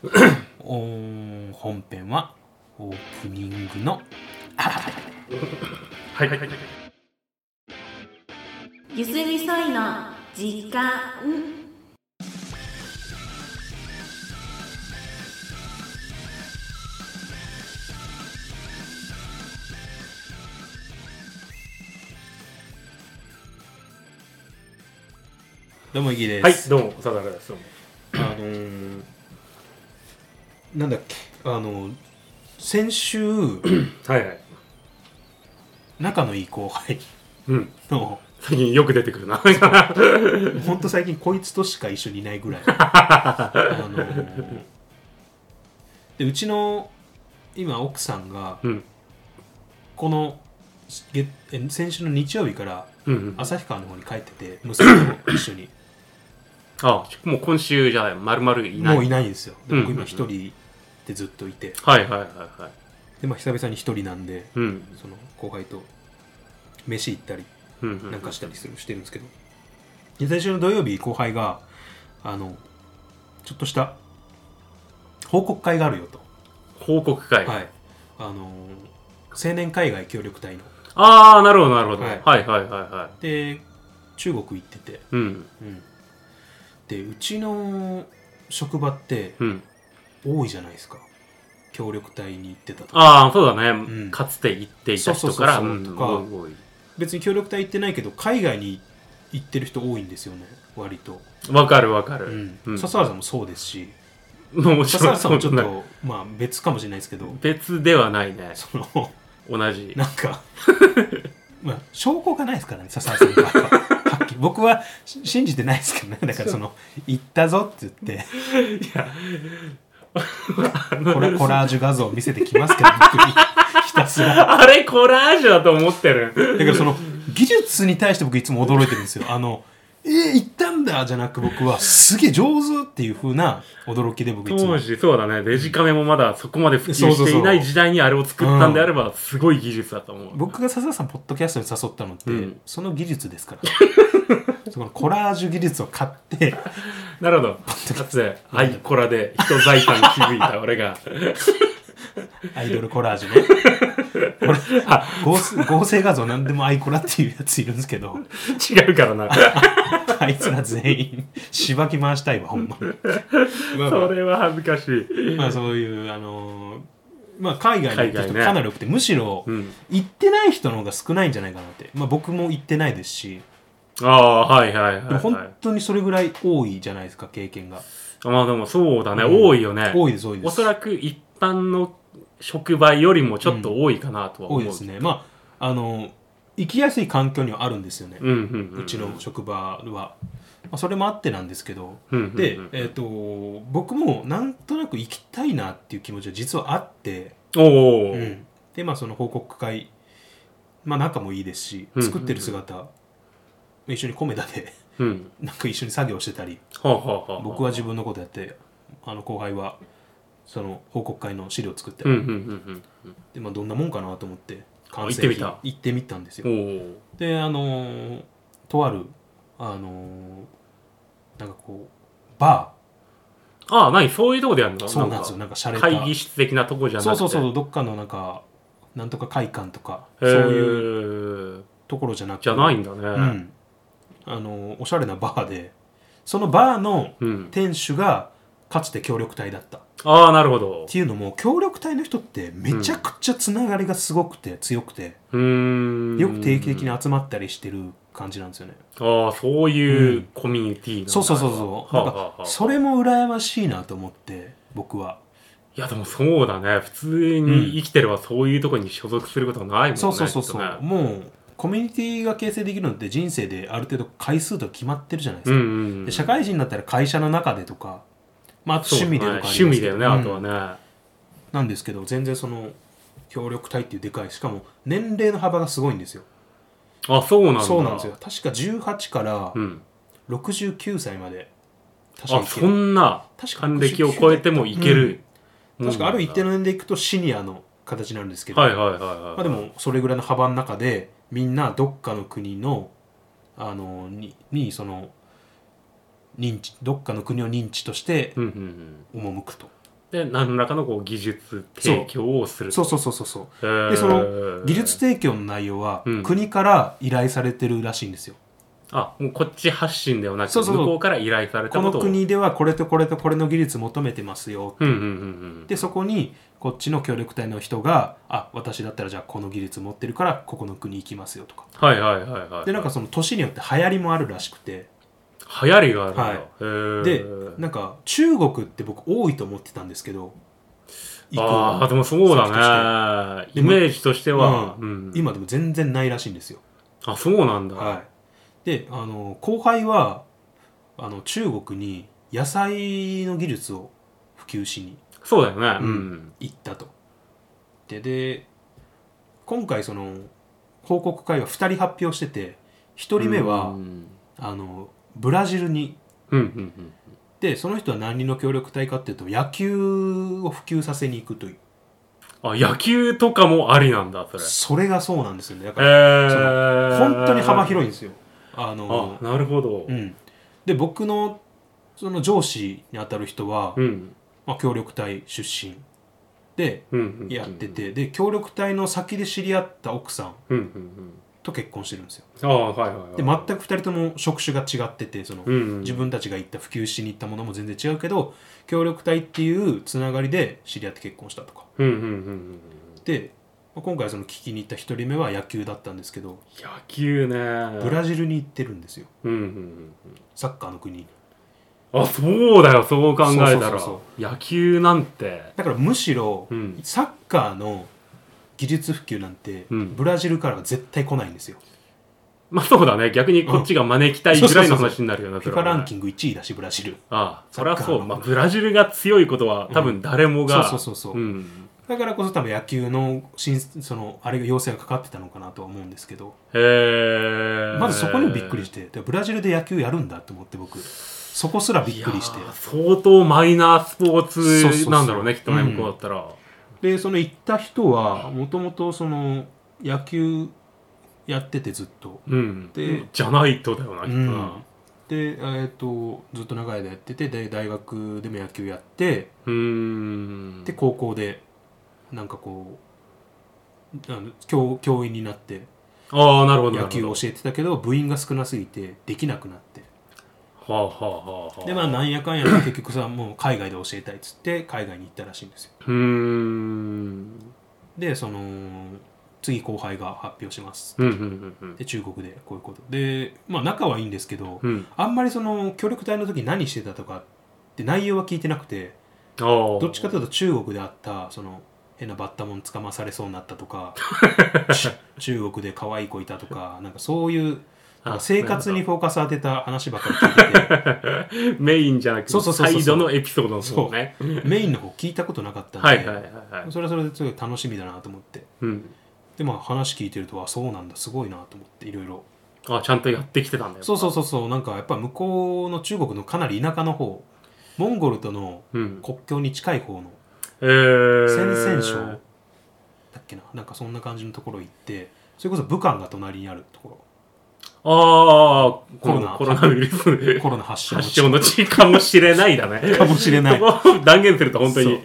[SPEAKER 1] おー本編はオープニングの
[SPEAKER 2] はい。はい、
[SPEAKER 3] ゆすみそいの時間
[SPEAKER 1] どうもイギで
[SPEAKER 2] どうも、さだらです。どうも
[SPEAKER 1] あのーなんだっけあのー先週
[SPEAKER 2] はいはい。
[SPEAKER 1] 仲のいい後輩
[SPEAKER 2] うん。
[SPEAKER 1] の
[SPEAKER 2] 最近よく出てくるな。 [laughs]
[SPEAKER 1] ほんと最近こいつとしか一緒にいないぐらいあのーでうちの今奥さんが
[SPEAKER 2] うん。
[SPEAKER 1] この月え先週の日曜日から
[SPEAKER 2] うん。
[SPEAKER 1] 旭川の方に帰ってて娘と一緒に
[SPEAKER 2] あもう今週じゃあ丸々いない
[SPEAKER 1] もういないんですよで
[SPEAKER 2] うん
[SPEAKER 1] 僕今一人でずっといて、
[SPEAKER 2] はいはいはいはい
[SPEAKER 1] でまあ久々に一人なんで
[SPEAKER 2] うん
[SPEAKER 1] その後輩と飯行ったり
[SPEAKER 2] うんうん
[SPEAKER 1] なんかしたりするしてるんですけどで先週の土曜日後輩があのちょっとした報告会があるよと、
[SPEAKER 2] 報告会、
[SPEAKER 1] はいあの青年海外協力隊の
[SPEAKER 2] ああなるほどなるほど、
[SPEAKER 1] は
[SPEAKER 2] はいい、はいはいはいはい
[SPEAKER 1] で中国行ってて、
[SPEAKER 2] うん
[SPEAKER 1] うん、でうちの職場って
[SPEAKER 2] うん
[SPEAKER 1] 多いじゃないですか協力隊に行ってたと
[SPEAKER 2] ああそうだね、
[SPEAKER 1] ん
[SPEAKER 2] かつて行っていた人から
[SPEAKER 1] そうそうそうそうとか
[SPEAKER 2] ん多い
[SPEAKER 1] 別に協力隊行ってないけど海外に行ってる人多いんですよね割と、
[SPEAKER 2] 多いわかるわかる、
[SPEAKER 1] うん
[SPEAKER 2] うん
[SPEAKER 1] 笹原さんもそうですし
[SPEAKER 2] もち
[SPEAKER 1] 笹
[SPEAKER 2] ろ
[SPEAKER 1] 原
[SPEAKER 2] ん
[SPEAKER 1] さん
[SPEAKER 2] そ
[SPEAKER 1] もちょっ
[SPEAKER 2] んな
[SPEAKER 1] とまあ別かもしれないですけど
[SPEAKER 2] 別ではないね
[SPEAKER 1] その [laughs]
[SPEAKER 2] 同じ
[SPEAKER 1] なんかまあ証拠がないですからね笹原さんがはっきり僕はし信じてないですけどねだからその行ったぞって言ってコラコラージュ画像を見せてきますけど僕にひたすら
[SPEAKER 2] [laughs] あれコラージュだと思ってる
[SPEAKER 1] だからその技術に対して僕いつも驚いてるんですよあのえー、行ったんだじゃなく僕はすげえ上手っていう風な驚きで僕いつも
[SPEAKER 2] 当時そうだねデジカメもまだそこまで普及
[SPEAKER 1] そうそうそう
[SPEAKER 2] していない時代にあれを作ったんであればすごい技術だと思う
[SPEAKER 1] 僕が笹田さんポッドキャストに誘ったのって、
[SPEAKER 2] うん
[SPEAKER 1] その技術ですから [laughs] そのコラージュ技術を買って
[SPEAKER 2] なるほどかつてアイコラで人財産築いた俺
[SPEAKER 1] [laughs]
[SPEAKER 2] が
[SPEAKER 1] アイドルコラージュねこれ合成合成画像なんでもアイコラっていうやついるんですけど
[SPEAKER 2] 違うからな
[SPEAKER 1] あいつら全員しばき回したいわほん
[SPEAKER 2] [laughs]
[SPEAKER 1] ままあまあ
[SPEAKER 2] それは恥ずかしい
[SPEAKER 1] まあそういうあのーまあ海外に行く人
[SPEAKER 2] 海外ね
[SPEAKER 1] かなり多くて、むしろ
[SPEAKER 2] うん
[SPEAKER 1] 行ってない人の方が少ないんじゃないかなって、まあ、僕も行ってないですし、
[SPEAKER 2] ああはいはい
[SPEAKER 1] で
[SPEAKER 2] は
[SPEAKER 1] も
[SPEAKER 2] い、はい
[SPEAKER 1] 本当にそれぐらい多いじゃないですか経験が
[SPEAKER 2] まあでもそうだね、
[SPEAKER 1] うん
[SPEAKER 2] 多いよね
[SPEAKER 1] 多いです多いです
[SPEAKER 2] おそらく一般の職場よりもちょっと多いかなとは思
[SPEAKER 1] 多
[SPEAKER 2] う、
[SPEAKER 1] いですねまああのー行きやすい環境にはあるんですよね、
[SPEAKER 2] うんうんうん、
[SPEAKER 1] うちの職場は、まあ、それもあってなんですけど
[SPEAKER 2] うんうんうん
[SPEAKER 1] で、えー、と僕もなんとなく行きたいなっていう気持ちは実はあって、
[SPEAKER 2] おお、
[SPEAKER 1] うんでまあその報告会まあ仲もいいですし
[SPEAKER 2] うん
[SPEAKER 1] 作ってる姿、一緒にコメダで
[SPEAKER 2] うん
[SPEAKER 1] なんか一緒に作業してたり
[SPEAKER 2] はあ、はあはあ、
[SPEAKER 1] 僕は自分のことやってあの後輩はその報告会の資料作って、
[SPEAKER 2] うんうんうん
[SPEAKER 1] でまあ、どんなもんかなと思って
[SPEAKER 2] 行ってみた
[SPEAKER 1] 行ってみたんです
[SPEAKER 2] う
[SPEAKER 1] よ
[SPEAKER 2] んおお
[SPEAKER 1] であのーとあるあのーなんかこうバ
[SPEAKER 2] ああ何そういうとこでやるの
[SPEAKER 1] ーそうなんですよ
[SPEAKER 2] か
[SPEAKER 1] なんか洒落た
[SPEAKER 2] 会議室的なとこじゃなくて
[SPEAKER 1] そうそうそうどっかのなんかなんとか会館とか
[SPEAKER 2] へ
[SPEAKER 1] そう
[SPEAKER 2] ー
[SPEAKER 1] いうところじゃなくて
[SPEAKER 2] じゃないんだ
[SPEAKER 1] う
[SPEAKER 2] ね
[SPEAKER 1] ん、あのおしゃれなバーでそのバーの
[SPEAKER 2] うん、
[SPEAKER 1] 店主がかつて協力隊だったっ
[SPEAKER 2] ああなるほど
[SPEAKER 1] ていうのも協力隊の人ってめちゃくちゃつながりがすごくて強くて
[SPEAKER 2] うーん
[SPEAKER 1] よく定期的に集まったりしてる感じなんですよね、
[SPEAKER 2] ああそういううコミュニティなんだ
[SPEAKER 1] そうそうそうそう
[SPEAKER 2] は
[SPEAKER 1] なん
[SPEAKER 2] あはあ
[SPEAKER 1] か
[SPEAKER 2] はあ
[SPEAKER 1] それも羨ましいなと思って僕はい
[SPEAKER 2] やでもそうだね普通に生きてればそういうとこに所属することはないもんね
[SPEAKER 1] そうそうそうそう、
[SPEAKER 2] きっとね
[SPEAKER 1] もうコミュニティが形成できるのって人生である程度回数とか決まってるじゃないです
[SPEAKER 2] う
[SPEAKER 1] か、
[SPEAKER 2] んうんうん
[SPEAKER 1] で社会人だったら会社の中でとか、まあ、あと
[SPEAKER 2] そう
[SPEAKER 1] 趣味でとかありますけ
[SPEAKER 2] ね
[SPEAKER 1] ど
[SPEAKER 2] 趣味だよねあと
[SPEAKER 1] うん
[SPEAKER 2] はね
[SPEAKER 1] なんですけど全然その協力隊っていうでかいしかも年齢の幅がすごいんですよ
[SPEAKER 2] あそうなんだ
[SPEAKER 1] そうなんですよ確か18から
[SPEAKER 2] うん
[SPEAKER 1] 69歳まで確い
[SPEAKER 2] あ
[SPEAKER 1] け
[SPEAKER 2] そ
[SPEAKER 1] る
[SPEAKER 2] んな
[SPEAKER 1] 確か
[SPEAKER 2] 還暦を超えてもいける、もん
[SPEAKER 1] 確かある一定
[SPEAKER 2] の
[SPEAKER 1] の年齢いくとシニアの形になるんですけど、
[SPEAKER 2] はいはいはいはい、
[SPEAKER 1] まあ、でもそれぐらいの幅の中でみんなどっかの国のあのににその認知どっかの国を認知として
[SPEAKER 2] うんうんうん
[SPEAKER 1] 赴くと、
[SPEAKER 2] で何らかのこう技術提供をする
[SPEAKER 1] そう
[SPEAKER 2] そ
[SPEAKER 1] そうそうそうそう
[SPEAKER 2] う
[SPEAKER 1] でその技術提供の内容は
[SPEAKER 2] うん
[SPEAKER 1] 国から依頼されてるらしいんですよ
[SPEAKER 2] あもうこっち発信ではなく
[SPEAKER 1] そうそうそう
[SPEAKER 2] 向こうから依頼された
[SPEAKER 1] こ
[SPEAKER 2] こ
[SPEAKER 1] の
[SPEAKER 2] とを
[SPEAKER 1] 国ではこれとこれとこれの技術求めてますよ
[SPEAKER 2] うんうんうん
[SPEAKER 1] でそこにこっちの協力隊の人があ私だったらじゃあこの技術持ってるからここの国行きますよとか
[SPEAKER 2] うんはいはいはいはい
[SPEAKER 1] でなんかその年によって流行りもあるらしくて
[SPEAKER 2] 流行りがあるんだ、
[SPEAKER 1] はい
[SPEAKER 2] へ
[SPEAKER 1] で
[SPEAKER 2] ー
[SPEAKER 1] なんか中国って僕多いと思ってたんですけど
[SPEAKER 2] ああでもそうだね
[SPEAKER 1] て
[SPEAKER 2] イメージとしては、
[SPEAKER 1] う
[SPEAKER 2] うん
[SPEAKER 1] 今でも全然ないらしいんですよ
[SPEAKER 2] あそうなんだ、
[SPEAKER 1] はいであの後輩はあの中国に野菜の技術を普及しに
[SPEAKER 2] そうだよね
[SPEAKER 1] う
[SPEAKER 2] うんん、
[SPEAKER 1] 行ったとでで今回その報告会は2人発表してて1人目は、
[SPEAKER 2] うん
[SPEAKER 1] あのブラジルに
[SPEAKER 2] うんうん
[SPEAKER 1] でその人は何の協力隊かっていうと野球を普及させに行くという
[SPEAKER 2] うん。あ、野球とかもありなんだ、それ。
[SPEAKER 1] それがそうなんですよねだ
[SPEAKER 2] え
[SPEAKER 1] から
[SPEAKER 2] ー。
[SPEAKER 1] 本当に幅広いんですよあ
[SPEAKER 2] あ
[SPEAKER 1] の、
[SPEAKER 2] なるほど
[SPEAKER 1] う。ん、で僕のその上司にあたる人は、
[SPEAKER 2] うん。
[SPEAKER 1] まあ、協力隊出身で
[SPEAKER 2] うんうん。
[SPEAKER 1] やって。てで協力隊の先で知り合った奥さん
[SPEAKER 2] うんうん
[SPEAKER 1] と結婚してるんですよ
[SPEAKER 2] うん。ああ、はいはいはい。
[SPEAKER 1] で全く2人とも職種が違っててその、
[SPEAKER 2] うんうん
[SPEAKER 1] 自分たちが行った普及しに行ったものも全然違うけど協力隊っていうつながりで知り合って結婚したとか
[SPEAKER 2] うんうんうんうん。
[SPEAKER 1] でまあ今回その聞きに行った1人目は野球だったんですけど
[SPEAKER 2] 野球ね。
[SPEAKER 1] ブラジルに行ってるんですよ
[SPEAKER 2] うんうんうん
[SPEAKER 1] サッカーの国に
[SPEAKER 2] うん。あ、そうだよ、そう考えたら。
[SPEAKER 1] そうそうそうそ
[SPEAKER 2] 野球なんて。
[SPEAKER 1] だからむしろ、
[SPEAKER 2] うん
[SPEAKER 1] サッカーの技術普及なんて、
[SPEAKER 2] うん
[SPEAKER 1] ブラジルからは絶対来ないんですよ
[SPEAKER 2] まあそうだね、逆にこっちが招きたいぐらいの話になるよな、それは
[SPEAKER 1] FIFA
[SPEAKER 2] ね
[SPEAKER 1] ランキング1位だしブラジル
[SPEAKER 2] ああ、そりゃ
[SPEAKER 1] サッカー
[SPEAKER 2] そう。
[SPEAKER 1] の
[SPEAKER 2] まあ、ブラジルが強いことは、多分誰もが。
[SPEAKER 1] そうそうそうそう
[SPEAKER 2] うん。
[SPEAKER 1] だからこそ多分野球の新そのあれが要請がかかってたのかなとは思うんですけど
[SPEAKER 2] へえ。
[SPEAKER 1] まずそこにびっくりしてでブラジルで野球やるんだと思って僕そこすらびっくりして
[SPEAKER 2] いやー相当マイナースポ
[SPEAKER 1] そうそう
[SPEAKER 2] ー
[SPEAKER 1] そ
[SPEAKER 2] ツ
[SPEAKER 1] う
[SPEAKER 2] なんだろうねきっとね
[SPEAKER 1] うん
[SPEAKER 2] 向こうだったら、
[SPEAKER 1] でその行った人はもともとその野球やっててずっと
[SPEAKER 2] うん
[SPEAKER 1] で
[SPEAKER 2] じゃないとだよなきっ
[SPEAKER 1] う
[SPEAKER 2] と
[SPEAKER 1] ん
[SPEAKER 2] な
[SPEAKER 1] で、えー、とずっと長い間やっててで大学でも野球やって
[SPEAKER 2] うーん
[SPEAKER 1] で高校でなんかこうあの教教員になって
[SPEAKER 2] ああなるほどなるほど
[SPEAKER 1] 野球を教えてたけど部員が少なすぎてできなくなって
[SPEAKER 2] はあはあはあはあ
[SPEAKER 1] でまあなんやかんやで結局さもう海外で教えたいっつって海外に行ったらしいんですよ
[SPEAKER 2] うーん
[SPEAKER 1] でその次後輩が発表します
[SPEAKER 2] うんうんうんうん
[SPEAKER 1] で中国でこういうことでまあ仲はいいんですけど、
[SPEAKER 2] うん
[SPEAKER 1] あんまりその協力隊の時何してたとかって内容は聞いてなくて
[SPEAKER 2] ああ
[SPEAKER 1] どっちかというと中国であったその変なバッタモン捕まされそうになったと
[SPEAKER 2] [laughs]
[SPEAKER 1] かち中国で可愛い子いたとかなんかそういうなんか生活にフォーカス当てた話ばっかり聞いて
[SPEAKER 2] メインじゃなく
[SPEAKER 1] そう
[SPEAKER 2] て
[SPEAKER 1] そうそう
[SPEAKER 2] サ
[SPEAKER 1] そう
[SPEAKER 2] イドのエピソードの方ね
[SPEAKER 1] てメインの方聞いたことなかったんで、
[SPEAKER 2] はいはいはいはい
[SPEAKER 1] それはそれですごい楽しみだなと思って
[SPEAKER 2] うん
[SPEAKER 1] でまあ話聞いてるとあそうなんだすごいなと思っていろいろ
[SPEAKER 2] あちゃんとやってきてたんだよ
[SPEAKER 1] そうそうそうそうなんかやっぱ向こうの中国のかなり田舎の方モンゴルとの
[SPEAKER 2] うん
[SPEAKER 1] 国境に近い方の
[SPEAKER 2] えー
[SPEAKER 1] 先々省だっけななんかそんな感じのところ行ってそれこそ武漢が隣にあるとこ
[SPEAKER 2] ああ
[SPEAKER 1] コロナ
[SPEAKER 2] コロナウイルス
[SPEAKER 1] ろコロナ発祥の
[SPEAKER 2] 発
[SPEAKER 1] 地
[SPEAKER 2] 祥の地かもしれないだね。
[SPEAKER 1] かもしれ
[SPEAKER 2] [laughs]
[SPEAKER 1] ない、
[SPEAKER 2] そこを断言すると本当に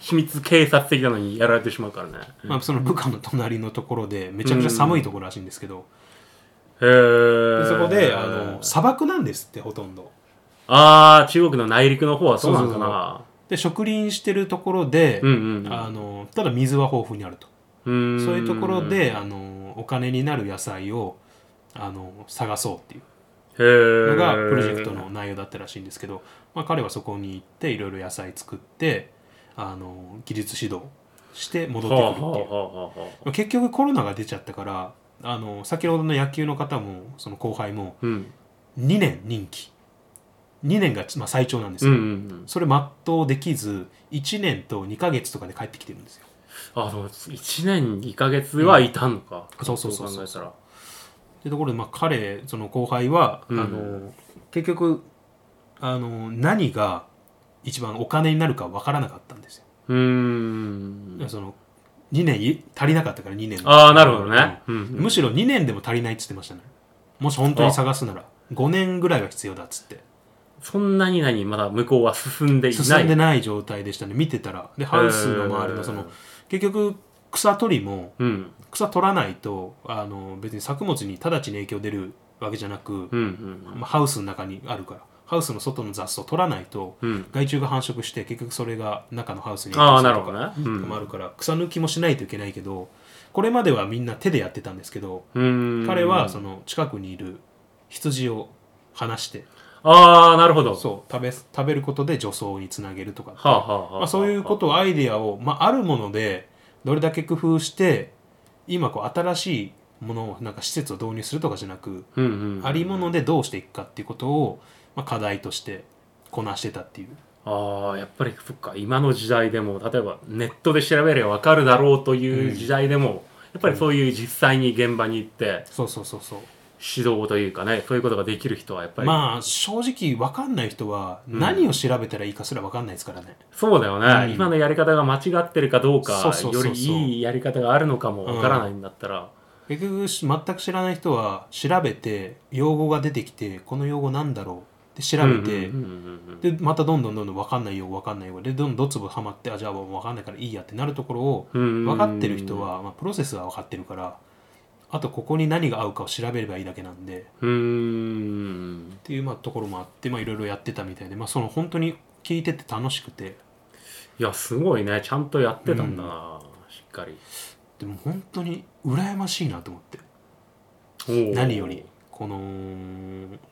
[SPEAKER 1] そ
[SPEAKER 2] 秘密警察的なのにやられてしまうからね。
[SPEAKER 1] まあ、その武漢の隣のところでめちゃくちゃ寒いところらしいんですけど、
[SPEAKER 2] へー
[SPEAKER 1] でそこであの砂漠なんですってほとんど
[SPEAKER 2] あー、中国の内陸の方はそうなんだな。
[SPEAKER 1] で植林してるところで、
[SPEAKER 2] うんうんうん
[SPEAKER 1] あのただ水は豊富にあると
[SPEAKER 2] うーん
[SPEAKER 1] そういうところ。であのお金になる野菜をあの探そうっていう
[SPEAKER 2] へー
[SPEAKER 1] のがプロジェクトの。内容だったらしいんですけど、まあ、彼はそこに行っていろいろ野菜作ってあの技術指導して戻って
[SPEAKER 2] はあはあ
[SPEAKER 1] くるっていう、
[SPEAKER 2] はあはあ
[SPEAKER 1] まあ結局コロナが出ちゃったからあの先ほどの野球の方もその後輩も
[SPEAKER 2] うん。
[SPEAKER 1] 2年任期2年が、まあ、最長なんです
[SPEAKER 2] うんう
[SPEAKER 1] よ、
[SPEAKER 2] んうん。
[SPEAKER 1] それ全うできず1年と2ヶ月とかで帰ってきてるんですよ
[SPEAKER 2] あ、そう、1年2ヶ月はいたのか。
[SPEAKER 1] うんそうそうそうそう
[SPEAKER 2] 考えたら。
[SPEAKER 1] ってところで、まあ、彼その後輩は、
[SPEAKER 2] うん
[SPEAKER 1] あの結局あの何が一番お金になるか分からなかったんですよ、
[SPEAKER 2] うーん。
[SPEAKER 1] その2年い足りなかったから2年
[SPEAKER 2] ああ、なるほどね。
[SPEAKER 1] う
[SPEAKER 2] うんん
[SPEAKER 1] むしろ2年でも足りないっつってましたねもし本当に探すなら5年ぐらいが必要だっつって
[SPEAKER 2] そんなに何まだ向こうは進んでいない。
[SPEAKER 1] 進んでない状態でしたね見てたらでハウスの周り
[SPEAKER 2] へ
[SPEAKER 1] の
[SPEAKER 2] ー
[SPEAKER 1] その結局草取りも
[SPEAKER 2] うん。
[SPEAKER 1] 草取らないとあの別に作物に直ちに影響出るわけじゃなく、
[SPEAKER 2] うんうん
[SPEAKER 1] まあ、ハウスの中にあるからハウスの外の雑草を取らないと、
[SPEAKER 2] うん。うん。
[SPEAKER 1] 害虫が繁殖して結局それが中のハウスに
[SPEAKER 2] ああ、
[SPEAKER 1] す
[SPEAKER 2] な
[SPEAKER 1] る
[SPEAKER 2] る
[SPEAKER 1] と
[SPEAKER 2] ほ
[SPEAKER 1] か
[SPEAKER 2] どね。う
[SPEAKER 1] もある
[SPEAKER 2] ん。
[SPEAKER 1] から草抜きもしないといけないけどこれまではみんな手でやってたんですけど
[SPEAKER 2] うーん
[SPEAKER 1] 彼はその近くにいる羊を放して
[SPEAKER 2] ああ、なるほど。
[SPEAKER 1] そう食べ食べることで除草につなげるとか
[SPEAKER 2] はあ、はあはあ、
[SPEAKER 1] まあ、そういうことをアイデアを、まあ、あるものでどれだけ工夫して今こう新しいものをなんか施設を導入するとかじゃなく、
[SPEAKER 2] うんうんうん、
[SPEAKER 1] ありものでどうしていくかっていうことを、まあ、課題としてこなしてたっていう
[SPEAKER 2] ああやっぱりそっか今の時代でも例えばネットで調べればわかるだろうという時代でも、やっぱりそういう実際に現場に行って
[SPEAKER 1] そうそうそうそう
[SPEAKER 2] 指導というかねそういうことができる人はやっぱり、
[SPEAKER 1] まあ正直分かんない人は
[SPEAKER 2] うん
[SPEAKER 1] 何を調べたらいいかすら分かんないですからね、
[SPEAKER 2] そうだよね、
[SPEAKER 1] うん
[SPEAKER 2] 今のやり方が間違ってるかどうか
[SPEAKER 1] そうそうそうそう
[SPEAKER 2] よりいいやり方があるのかもわからないんだったら、
[SPEAKER 1] 結局し全く知らない人は調べて用語が出てきてこの用語なんだろうって調べて、
[SPEAKER 2] うんうんうんうん
[SPEAKER 1] でまたどんどんどんどん分かんない用語分かんない用語でどんどんドツボはまってあじゃあもう分かんないからいいやってなるところを
[SPEAKER 2] うん
[SPEAKER 1] 分かってる人は、まあ、プロセスは分かってるからあとここに何が合うかを調べればいいだけなんで
[SPEAKER 2] うーん
[SPEAKER 1] っていうまあところもあってまあいろいろやってたみたいで、まあ、その本当に聞いてて楽しくて
[SPEAKER 2] いやすごいねちゃんとやってたんだな、しっかり
[SPEAKER 1] でも本当に羨ましいなと思って
[SPEAKER 2] おー
[SPEAKER 1] 何よりこの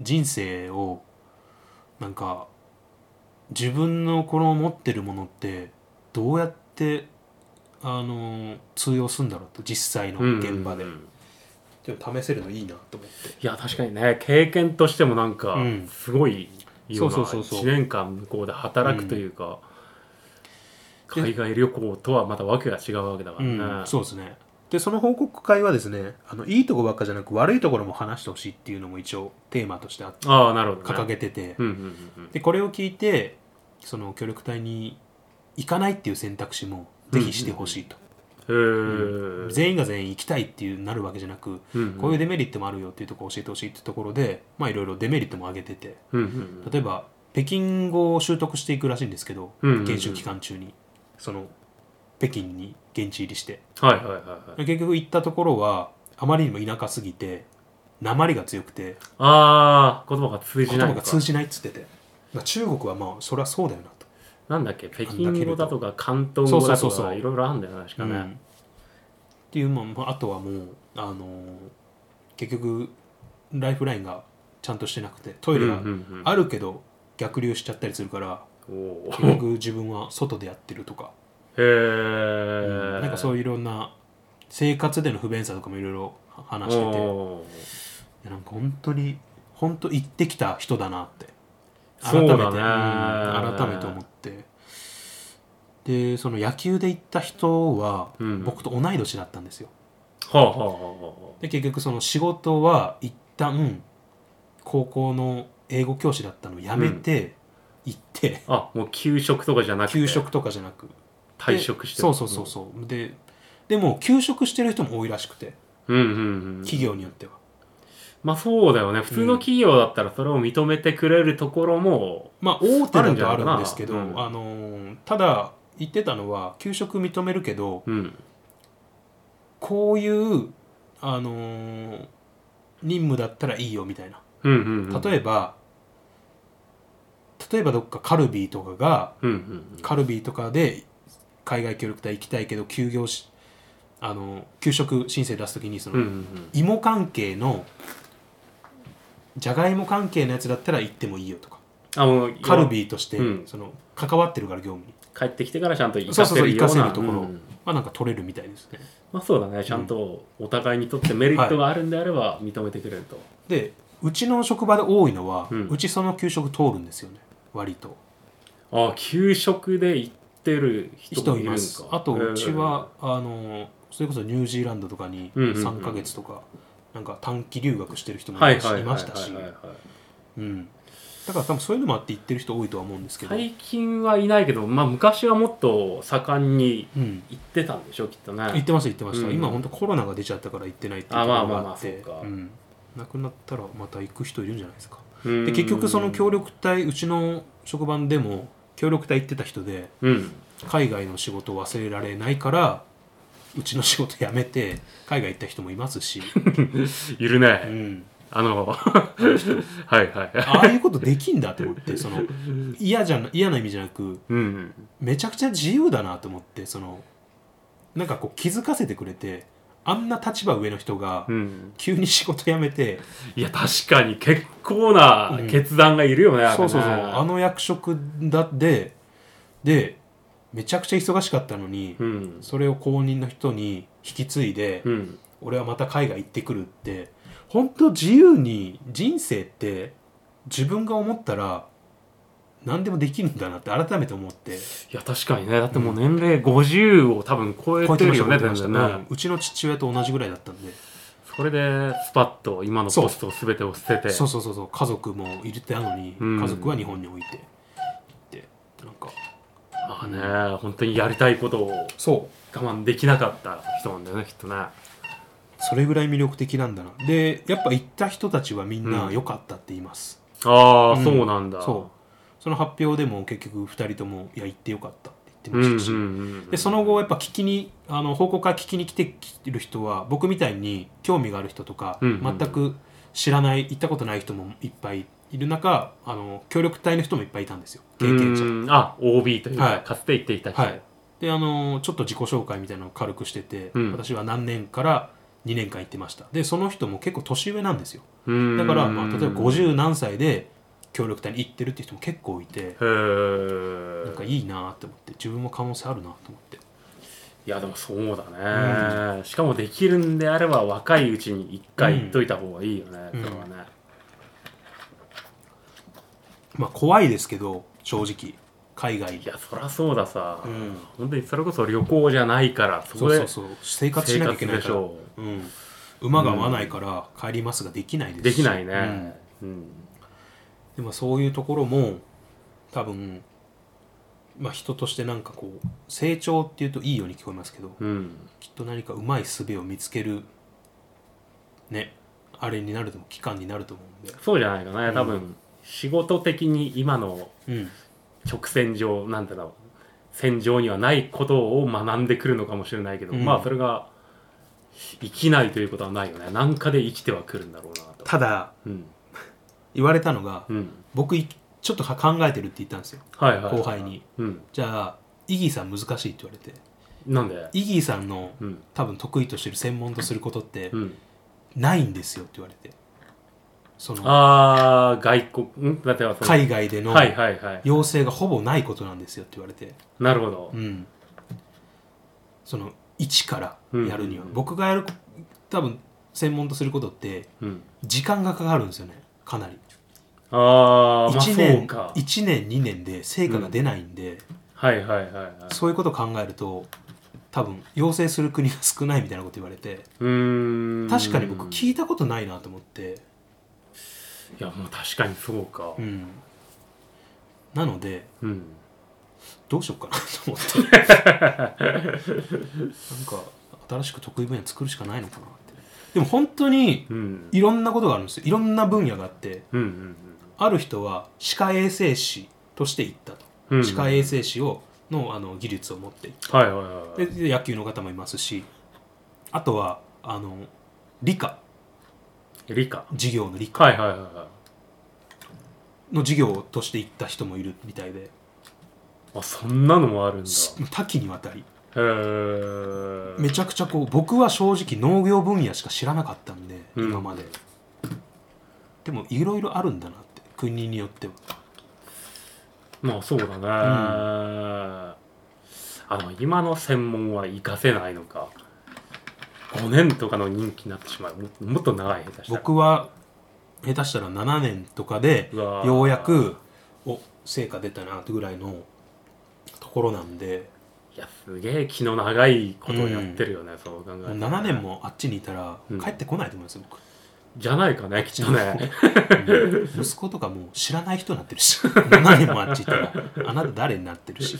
[SPEAKER 1] 人生をなんか自分のこの持ってるものってどうやってあの通用するんだろうと実際の
[SPEAKER 2] うん
[SPEAKER 1] 現場で、
[SPEAKER 2] うん
[SPEAKER 1] でも試せるのいいなと思って
[SPEAKER 2] いや確かにね経験としてもなんか
[SPEAKER 1] うん
[SPEAKER 2] すごいような
[SPEAKER 1] そうそうそうそう
[SPEAKER 2] 1年間向こうで働くというか、
[SPEAKER 1] うん
[SPEAKER 2] 海外旅行とはまた訳が違うわけだからね、
[SPEAKER 1] うん、そうですねでその報告会はですねあのいいとこばっかじゃなく悪いところも話してほしいっていうのも一応テーマとしてあ
[SPEAKER 2] ああなるほど、ね、
[SPEAKER 1] 掲げてて
[SPEAKER 2] うんうんうんうん
[SPEAKER 1] でこれを聞いてその協力隊に行かないっていう選択肢もぜひしてほしいと、
[SPEAKER 2] へー
[SPEAKER 1] 全員が全員行きたいっていうなるわけじゃなく、
[SPEAKER 2] うんうん
[SPEAKER 1] こういうデメリットもあるよっていうところを教えてほしいってところでまあいろいろデメリットも挙げてて
[SPEAKER 2] うんうん
[SPEAKER 1] 例えば北京語を習得していくらしいんですけど、
[SPEAKER 2] うんうんうん
[SPEAKER 1] 研修期間中にその北京に現地入りして
[SPEAKER 2] はいはいはいはい
[SPEAKER 1] 結局行ったところはあまりにも田舎すぎて鉛が強くて
[SPEAKER 2] ああ言葉が通じ
[SPEAKER 1] 言
[SPEAKER 2] ない
[SPEAKER 1] 葉
[SPEAKER 2] の
[SPEAKER 1] が
[SPEAKER 2] か
[SPEAKER 1] 通じないっつっててまあ中国はまあそりゃそうだよなと。
[SPEAKER 2] なんだっけ北京語だとか関東語だ
[SPEAKER 1] そ
[SPEAKER 2] と
[SPEAKER 1] うそうそうそ
[SPEAKER 2] か
[SPEAKER 1] う
[SPEAKER 2] いろいろあるんだよね確かね、
[SPEAKER 1] うんっていうまあまああとはもう、あのー結局ライフラインがちゃんとしてなくてトイレが
[SPEAKER 2] うんうんうん
[SPEAKER 1] あるけど逆流しちゃったりするから、
[SPEAKER 2] お
[SPEAKER 1] 結局自分は外でやってるとか、
[SPEAKER 2] ーへ [laughs] え
[SPEAKER 1] なんかそうういういろんな生活での不便さとかもいろいろ話してていやなんか本当に本当行ってきた人だなって
[SPEAKER 2] そうだね
[SPEAKER 1] うん改めて思ってでその野球で行った人は、
[SPEAKER 2] うん
[SPEAKER 1] 僕と同い年だったんですよ
[SPEAKER 2] はあはあはあは
[SPEAKER 1] で結局その仕事は一旦高校の英語教師だったのを辞めて行って、
[SPEAKER 2] ああもう給食とかじゃなくて
[SPEAKER 1] 給食とかじゃなく
[SPEAKER 2] 退職して
[SPEAKER 1] そうそうそうそう、ででも休職してる人も多いらしくて
[SPEAKER 2] うんうんうん
[SPEAKER 1] 企業によっては、
[SPEAKER 2] まあそうだよね普通の企業だったらそれを認めてくれるところも
[SPEAKER 1] まあ大手だとあ
[SPEAKER 2] あるんじゃないかな
[SPEAKER 1] るんですけどあ
[SPEAKER 2] うん
[SPEAKER 1] のーただ言ってたのは休職認めるけど
[SPEAKER 2] うん
[SPEAKER 1] こういうあのー任務だったらいいよみたいな
[SPEAKER 2] うんうんうん
[SPEAKER 1] 例えば、例えばどっかカルビーとかが
[SPEAKER 2] うんうん
[SPEAKER 1] カルビーとかで海外協力隊行きたいけど休業しあの給食申請出すときにその、
[SPEAKER 2] うんうんうん
[SPEAKER 1] 芋関係のじゃがいも関係のやつだったら行ってもいいよとか
[SPEAKER 2] あもう
[SPEAKER 1] カルビーとして、
[SPEAKER 2] うん
[SPEAKER 1] その関わってるから業務に、
[SPEAKER 2] 帰ってきてからちゃんと生
[SPEAKER 1] そう
[SPEAKER 2] か
[SPEAKER 1] そう
[SPEAKER 2] せ
[SPEAKER 1] そう
[SPEAKER 2] る
[SPEAKER 1] 行
[SPEAKER 2] よう
[SPEAKER 1] か
[SPEAKER 2] な
[SPEAKER 1] せるところ、
[SPEAKER 2] うん
[SPEAKER 1] まあなんか取れるみたいですね
[SPEAKER 2] まあそうだねちゃんとお互いにとってメリットがあるんであれば認めてくれると、
[SPEAKER 1] でうちの職場で多いのは、う
[SPEAKER 2] うん
[SPEAKER 1] ちその給食通るんですよね割と
[SPEAKER 2] ああ給食で行ってる人
[SPEAKER 1] 人
[SPEAKER 2] もい
[SPEAKER 1] い
[SPEAKER 2] るん
[SPEAKER 1] ま
[SPEAKER 2] か
[SPEAKER 1] すあとうちは、あのそれこそニュージーランドとかに
[SPEAKER 2] うんうんうん
[SPEAKER 1] 3ヶ月とかなんか短期留学してる人
[SPEAKER 2] へー
[SPEAKER 1] も
[SPEAKER 2] はい
[SPEAKER 1] いまし
[SPEAKER 2] はいはい
[SPEAKER 1] い
[SPEAKER 2] は
[SPEAKER 1] ま
[SPEAKER 2] い
[SPEAKER 1] したし
[SPEAKER 2] はいはい
[SPEAKER 1] うん、だから多分そういうのもあって言ってる人多いとは思うんですけど、
[SPEAKER 2] 最近はいないけど、まあ、昔はもっと盛んに
[SPEAKER 1] うん、
[SPEAKER 2] 行ってたんでしょきっとね
[SPEAKER 1] 言ってました言ってました、
[SPEAKER 2] うん
[SPEAKER 1] 今本当コロナが出ちゃったから行ってないっていう
[SPEAKER 2] あ
[SPEAKER 1] とこ
[SPEAKER 2] まあ
[SPEAKER 1] ろ
[SPEAKER 2] まあま
[SPEAKER 1] があ
[SPEAKER 2] あ
[SPEAKER 1] って
[SPEAKER 2] そうか
[SPEAKER 1] うんなくなったらまた行く人いるんじゃないですか
[SPEAKER 2] で
[SPEAKER 1] で結局その協力隊うちの職場でも協力隊行ってた人で
[SPEAKER 2] うん
[SPEAKER 1] 海外の仕事を忘れられないからうちの仕事辞めて海外行った人もいますし、
[SPEAKER 2] いる
[SPEAKER 1] う
[SPEAKER 2] ね、
[SPEAKER 1] ん、
[SPEAKER 2] あ
[SPEAKER 1] [laughs]
[SPEAKER 2] のはいはい
[SPEAKER 1] ああいうことできんだと思ってその嫌じゃな嫌な意味じゃなく
[SPEAKER 2] うん
[SPEAKER 1] めちゃくちゃ自由だなと思ってそのなんかこう気づかせてくれてあんな立場上の人が
[SPEAKER 2] うん、
[SPEAKER 1] 急に仕事辞めて、
[SPEAKER 2] いや確かに結構な決断がいるよね、あれね
[SPEAKER 1] そうそうそうあの役職だででめちゃくちゃ忙しかったのに、
[SPEAKER 2] うん
[SPEAKER 1] それを後任の人に引き継いで、
[SPEAKER 2] うん
[SPEAKER 1] 俺はまた海外行ってくるって本当自由に人生って自分が思ったら何でもできるんだなって改めて思って
[SPEAKER 2] いや確かにねだってもう年齢50を多分超えてるよ
[SPEAKER 1] 超
[SPEAKER 2] ね
[SPEAKER 1] えてま
[SPEAKER 2] 全
[SPEAKER 1] した
[SPEAKER 2] 然
[SPEAKER 1] ね
[SPEAKER 2] ね、
[SPEAKER 1] うんうちの父親と同じぐらいだったんで
[SPEAKER 2] それでスパッと今のポストを全てを捨てて
[SPEAKER 1] そうそうそうそう家族も入れてたのに、
[SPEAKER 2] うん
[SPEAKER 1] 家族は日本に置いてってなんか
[SPEAKER 2] まあね本当にやりたいことを
[SPEAKER 1] そう
[SPEAKER 2] 我慢できなかった人なんだよねきっとね
[SPEAKER 1] それぐらい魅力的なんだなでやっぱ行った人たちはみんな良かったって言います、
[SPEAKER 2] ああ、
[SPEAKER 1] うん
[SPEAKER 2] そうなんだ
[SPEAKER 1] そうその発表でも結局2人とも「いや行ってよかった」って言って
[SPEAKER 2] うん
[SPEAKER 1] ま
[SPEAKER 2] う
[SPEAKER 1] し
[SPEAKER 2] ん
[SPEAKER 1] たし、
[SPEAKER 2] うん
[SPEAKER 1] でその後やっぱ聞きにあの報告から聞きに来てる人は僕みたいに興味がある人とか、
[SPEAKER 2] うんうんうん
[SPEAKER 1] 全く知らない行ったことない人もいっぱいいる中あの協力隊の人もいっぱいいたんですよ経験者
[SPEAKER 2] うんあ OB というか、
[SPEAKER 1] はい
[SPEAKER 2] かつて行っていた人、
[SPEAKER 1] はいであのちょっと自己紹介みたいなのを軽くしてて、
[SPEAKER 2] うん
[SPEAKER 1] 私は何年から2年間行ってましたでその人も結構年上なんですよ
[SPEAKER 2] うん
[SPEAKER 1] だから、まあ、例えば50何歳で協力隊に行ってるっていう人も結構いて
[SPEAKER 2] へえ
[SPEAKER 1] なんかいいなと思って自分も可能性あるなと思って
[SPEAKER 2] いやでもそうだね、しかもできるんであれば若いうちに一回行っといた方がいいよね、
[SPEAKER 1] うん
[SPEAKER 2] それはね
[SPEAKER 1] まあ怖いですけど正直海外
[SPEAKER 2] いやそりゃそうださ、
[SPEAKER 1] うん
[SPEAKER 2] 本当にそれこそ旅行じゃないからそ
[SPEAKER 1] そ
[SPEAKER 2] こ
[SPEAKER 1] う
[SPEAKER 2] で
[SPEAKER 1] そうそう生活しなきゃいけない
[SPEAKER 2] 生
[SPEAKER 1] か
[SPEAKER 2] 活でし
[SPEAKER 1] ら
[SPEAKER 2] ょ
[SPEAKER 1] うん、馬が合わないから帰りますができないです
[SPEAKER 2] で
[SPEAKER 1] し
[SPEAKER 2] きないね、うん
[SPEAKER 1] うんでもそういうところも多分、まあ、人としてなんかこう成長っていうといいように聞こえますけど
[SPEAKER 2] うん
[SPEAKER 1] きっと何かうまい術を見つけるねあれになるとも期間になると思うんで、
[SPEAKER 2] そうじゃないかね多分、
[SPEAKER 1] う
[SPEAKER 2] 仕事的に今の
[SPEAKER 1] うん、
[SPEAKER 2] 直線上なんだろう戦場にはないことを学んでくるのかもしれないけど、
[SPEAKER 1] うん
[SPEAKER 2] まあそれが生きないということはないよねなんかで生きてはくるんだろうなと
[SPEAKER 1] ただ
[SPEAKER 2] うん
[SPEAKER 1] 言われたのが、
[SPEAKER 2] うん
[SPEAKER 1] 僕いちょっと考えてるって言ったんですよ
[SPEAKER 2] はいはい、はい、
[SPEAKER 1] 後輩に
[SPEAKER 2] うん
[SPEAKER 1] じゃあイギーさん難しいって言われて
[SPEAKER 2] なんで
[SPEAKER 1] イギーさんの
[SPEAKER 2] うん
[SPEAKER 1] 多分得意としてる専門とすることって
[SPEAKER 2] うん
[SPEAKER 1] ないんですよって言われてその
[SPEAKER 2] ああ外国んだってはその
[SPEAKER 1] 海外での
[SPEAKER 2] はいはいはい
[SPEAKER 1] 要請がほぼないことなんですよって言われて、
[SPEAKER 2] なるほど
[SPEAKER 1] うん、その一からやるには、
[SPEAKER 2] うん
[SPEAKER 1] 僕がやる多分専門とすることって
[SPEAKER 2] うん
[SPEAKER 1] 時間がかかるんですよねかなり
[SPEAKER 2] ああまあ
[SPEAKER 1] 1
[SPEAKER 2] そう
[SPEAKER 1] 年、
[SPEAKER 2] か
[SPEAKER 1] 一年2年で成果が出ないんで、
[SPEAKER 2] はいはいはいはい
[SPEAKER 1] そういうことを考えると多分要請する国が少ないみたいなこと言われて
[SPEAKER 2] うーん
[SPEAKER 1] 確かに僕
[SPEAKER 2] い
[SPEAKER 1] 聞いたことないなと思って。
[SPEAKER 2] やもう確かにそうか
[SPEAKER 1] うん、なので
[SPEAKER 2] うん
[SPEAKER 1] どうしようかなと思って
[SPEAKER 2] [laughs]
[SPEAKER 1] なんか新しく得意分野作るしかないのかなってでも本当に
[SPEAKER 2] うん
[SPEAKER 1] いろんなことがあるんですよいろんな分野があって
[SPEAKER 2] うんうん
[SPEAKER 1] ある人は歯科衛生士として行ったと、
[SPEAKER 2] うん
[SPEAKER 1] 歯科衛生士をのあの技術を持っていった
[SPEAKER 2] はいはいはいはい
[SPEAKER 1] でで野球の方もいますしあとはあの理科
[SPEAKER 2] 理科
[SPEAKER 1] 授業の理科
[SPEAKER 2] はいはいはいは
[SPEAKER 1] の授業として行った人もいるみたいで
[SPEAKER 2] いあそんなのもあるんだ
[SPEAKER 1] す多岐にわたり
[SPEAKER 2] へえ
[SPEAKER 1] めちゃくちゃこう僕は正直農業分野しか知らなかったんで、
[SPEAKER 2] うん
[SPEAKER 1] 今まででもいろいろあるんだなって国によっては
[SPEAKER 2] まあそうだね、あの今の専門は活かせないのか5年とかの任期になってしまうももっと長い下手したら
[SPEAKER 1] 僕は下手したら7年とかで
[SPEAKER 2] うわー
[SPEAKER 1] ようやくお成果出たなってぐらいのところなんで
[SPEAKER 2] いやすげえ気の長いことをやってるよね、そう考え
[SPEAKER 1] もう
[SPEAKER 2] ると
[SPEAKER 1] 7年もあっちにいたら
[SPEAKER 2] うん
[SPEAKER 1] 帰ってこないと思いますよ [laughs] 僕、
[SPEAKER 2] じゃないかねきっ
[SPEAKER 1] [laughs]
[SPEAKER 2] とね
[SPEAKER 1] うん息子とかもう知らない人になってるし7年もあっちいたらあなた誰になってるし、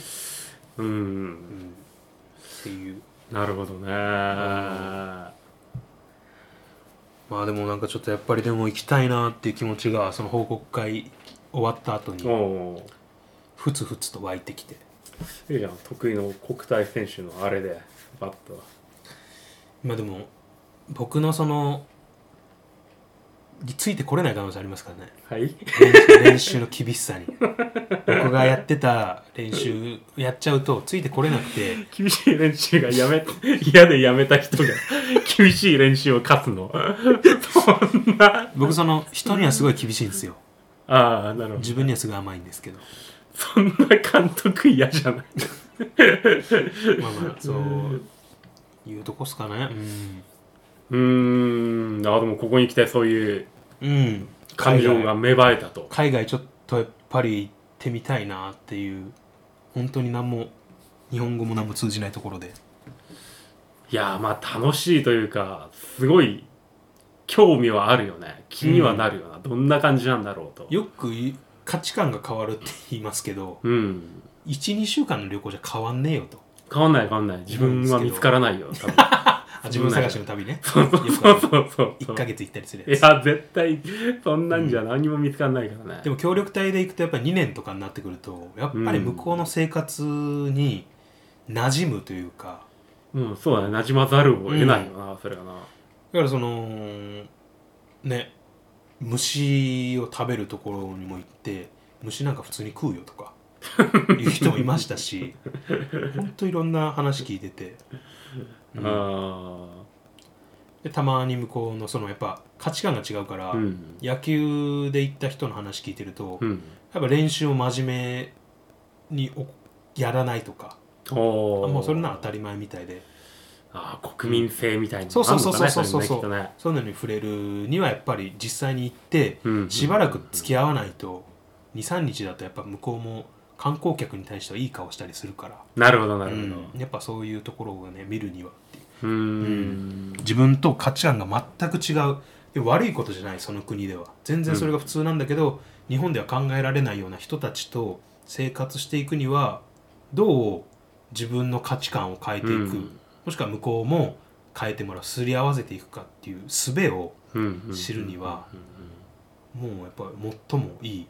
[SPEAKER 2] うん、
[SPEAKER 1] うんっていう
[SPEAKER 2] なるほどね、
[SPEAKER 1] まあでもなんかちょっとやっぱりでも行きたいなっていう気持ちがその報告会終わった後
[SPEAKER 2] お
[SPEAKER 1] に
[SPEAKER 2] お
[SPEAKER 1] ふつふつと湧いてきて
[SPEAKER 2] いいじゃん得意の国体選手のあれでバッと
[SPEAKER 1] まあでも僕のそのついてこれない可能性ありますから [laughs] ね
[SPEAKER 2] はい
[SPEAKER 1] 練練習の厳しさに僕がやってた練習やっちゃうとついてこれなくて
[SPEAKER 2] 厳しい練習がやめ、嫌でやめた人が、 [laughs] 厳しい練習を勝つの。 [laughs] そんな。
[SPEAKER 1] 僕その人にはすごい厳しいんですよ
[SPEAKER 2] ああ、なるほど。
[SPEAKER 1] 自分にはすごい甘いんですけど
[SPEAKER 2] そんな監督嫌じゃない。
[SPEAKER 1] まあまあそういうとこっすかね
[SPEAKER 2] うーん、あでもここに来てそういう
[SPEAKER 1] うん、うん、
[SPEAKER 2] 感情が芽生えたと。
[SPEAKER 1] 海外ちょっとやっぱり行ってみたいなっていう本当に何も日本語も何も通じないところで
[SPEAKER 2] いやー、まあ楽しいというか、すごい興味はあるよね気にはなるよな、どんな感じなんだろうと
[SPEAKER 1] よくい価値観が変わるって言いますけど
[SPEAKER 2] うん
[SPEAKER 1] 12週間の旅行じゃ変わんねえよと
[SPEAKER 2] 変わんない変わんない自分は見つからないよ多分
[SPEAKER 1] あ自分探しの旅ね
[SPEAKER 2] [laughs] そう
[SPEAKER 1] よく
[SPEAKER 2] そうそうそう
[SPEAKER 1] 1ヶ月行ったりする
[SPEAKER 2] い
[SPEAKER 1] やつ
[SPEAKER 2] や絶対そんなんじゃ何も見つからないからね、
[SPEAKER 1] でも協力隊で行くとやっぱり2年とかになってくるとやっぱり向こうの生活に馴染むというか
[SPEAKER 2] うん、そうだね、なじまざるを得ないよな、それがな。
[SPEAKER 1] だからそのね虫を食べるところにも行って虫なんか普通に食うよとかいう人もいました
[SPEAKER 2] [laughs]
[SPEAKER 1] しほんといろんな話聞いてて、うん
[SPEAKER 2] あ
[SPEAKER 1] でたまに向こうのそのやっぱ価値観が違うから、
[SPEAKER 2] あ、うん。
[SPEAKER 1] 野球で行った人の話聞いてると、
[SPEAKER 2] うん。
[SPEAKER 1] やっぱ練習を真面目におやらないとか
[SPEAKER 2] お
[SPEAKER 1] あ
[SPEAKER 2] ー
[SPEAKER 1] もうそれなら当たり前みたいで
[SPEAKER 2] ああ、国民性みたいな
[SPEAKER 1] そう
[SPEAKER 2] のが
[SPEAKER 1] そ
[SPEAKER 2] あ
[SPEAKER 1] う
[SPEAKER 2] る
[SPEAKER 1] そう
[SPEAKER 2] のか
[SPEAKER 1] そう
[SPEAKER 2] ね、
[SPEAKER 1] そうそうそういう
[SPEAKER 2] れにねきっとね。
[SPEAKER 1] のに触れるにはやっぱり実際に行って、
[SPEAKER 2] うん
[SPEAKER 1] しばらく付き合わないと23日だとやっぱ向こうも観光客に対してはいい顔したりするから、
[SPEAKER 2] なるほど、なる
[SPEAKER 1] う
[SPEAKER 2] ほど。
[SPEAKER 1] ん、やっぱそういうところをね見るにはっていう
[SPEAKER 2] うーん。
[SPEAKER 1] 自分と価値観が全く違うで悪いことじゃないその国では全然それが普通なんだけど、日本では考えられないような人たちと生活していくにはどう自分の価値観を変えていく、
[SPEAKER 2] うん
[SPEAKER 1] もしくは向こうも変えてもらうすり合わせていくかっていう術を
[SPEAKER 2] うんうん
[SPEAKER 1] 知るには
[SPEAKER 2] うんうん
[SPEAKER 1] もうやっぱり最もいい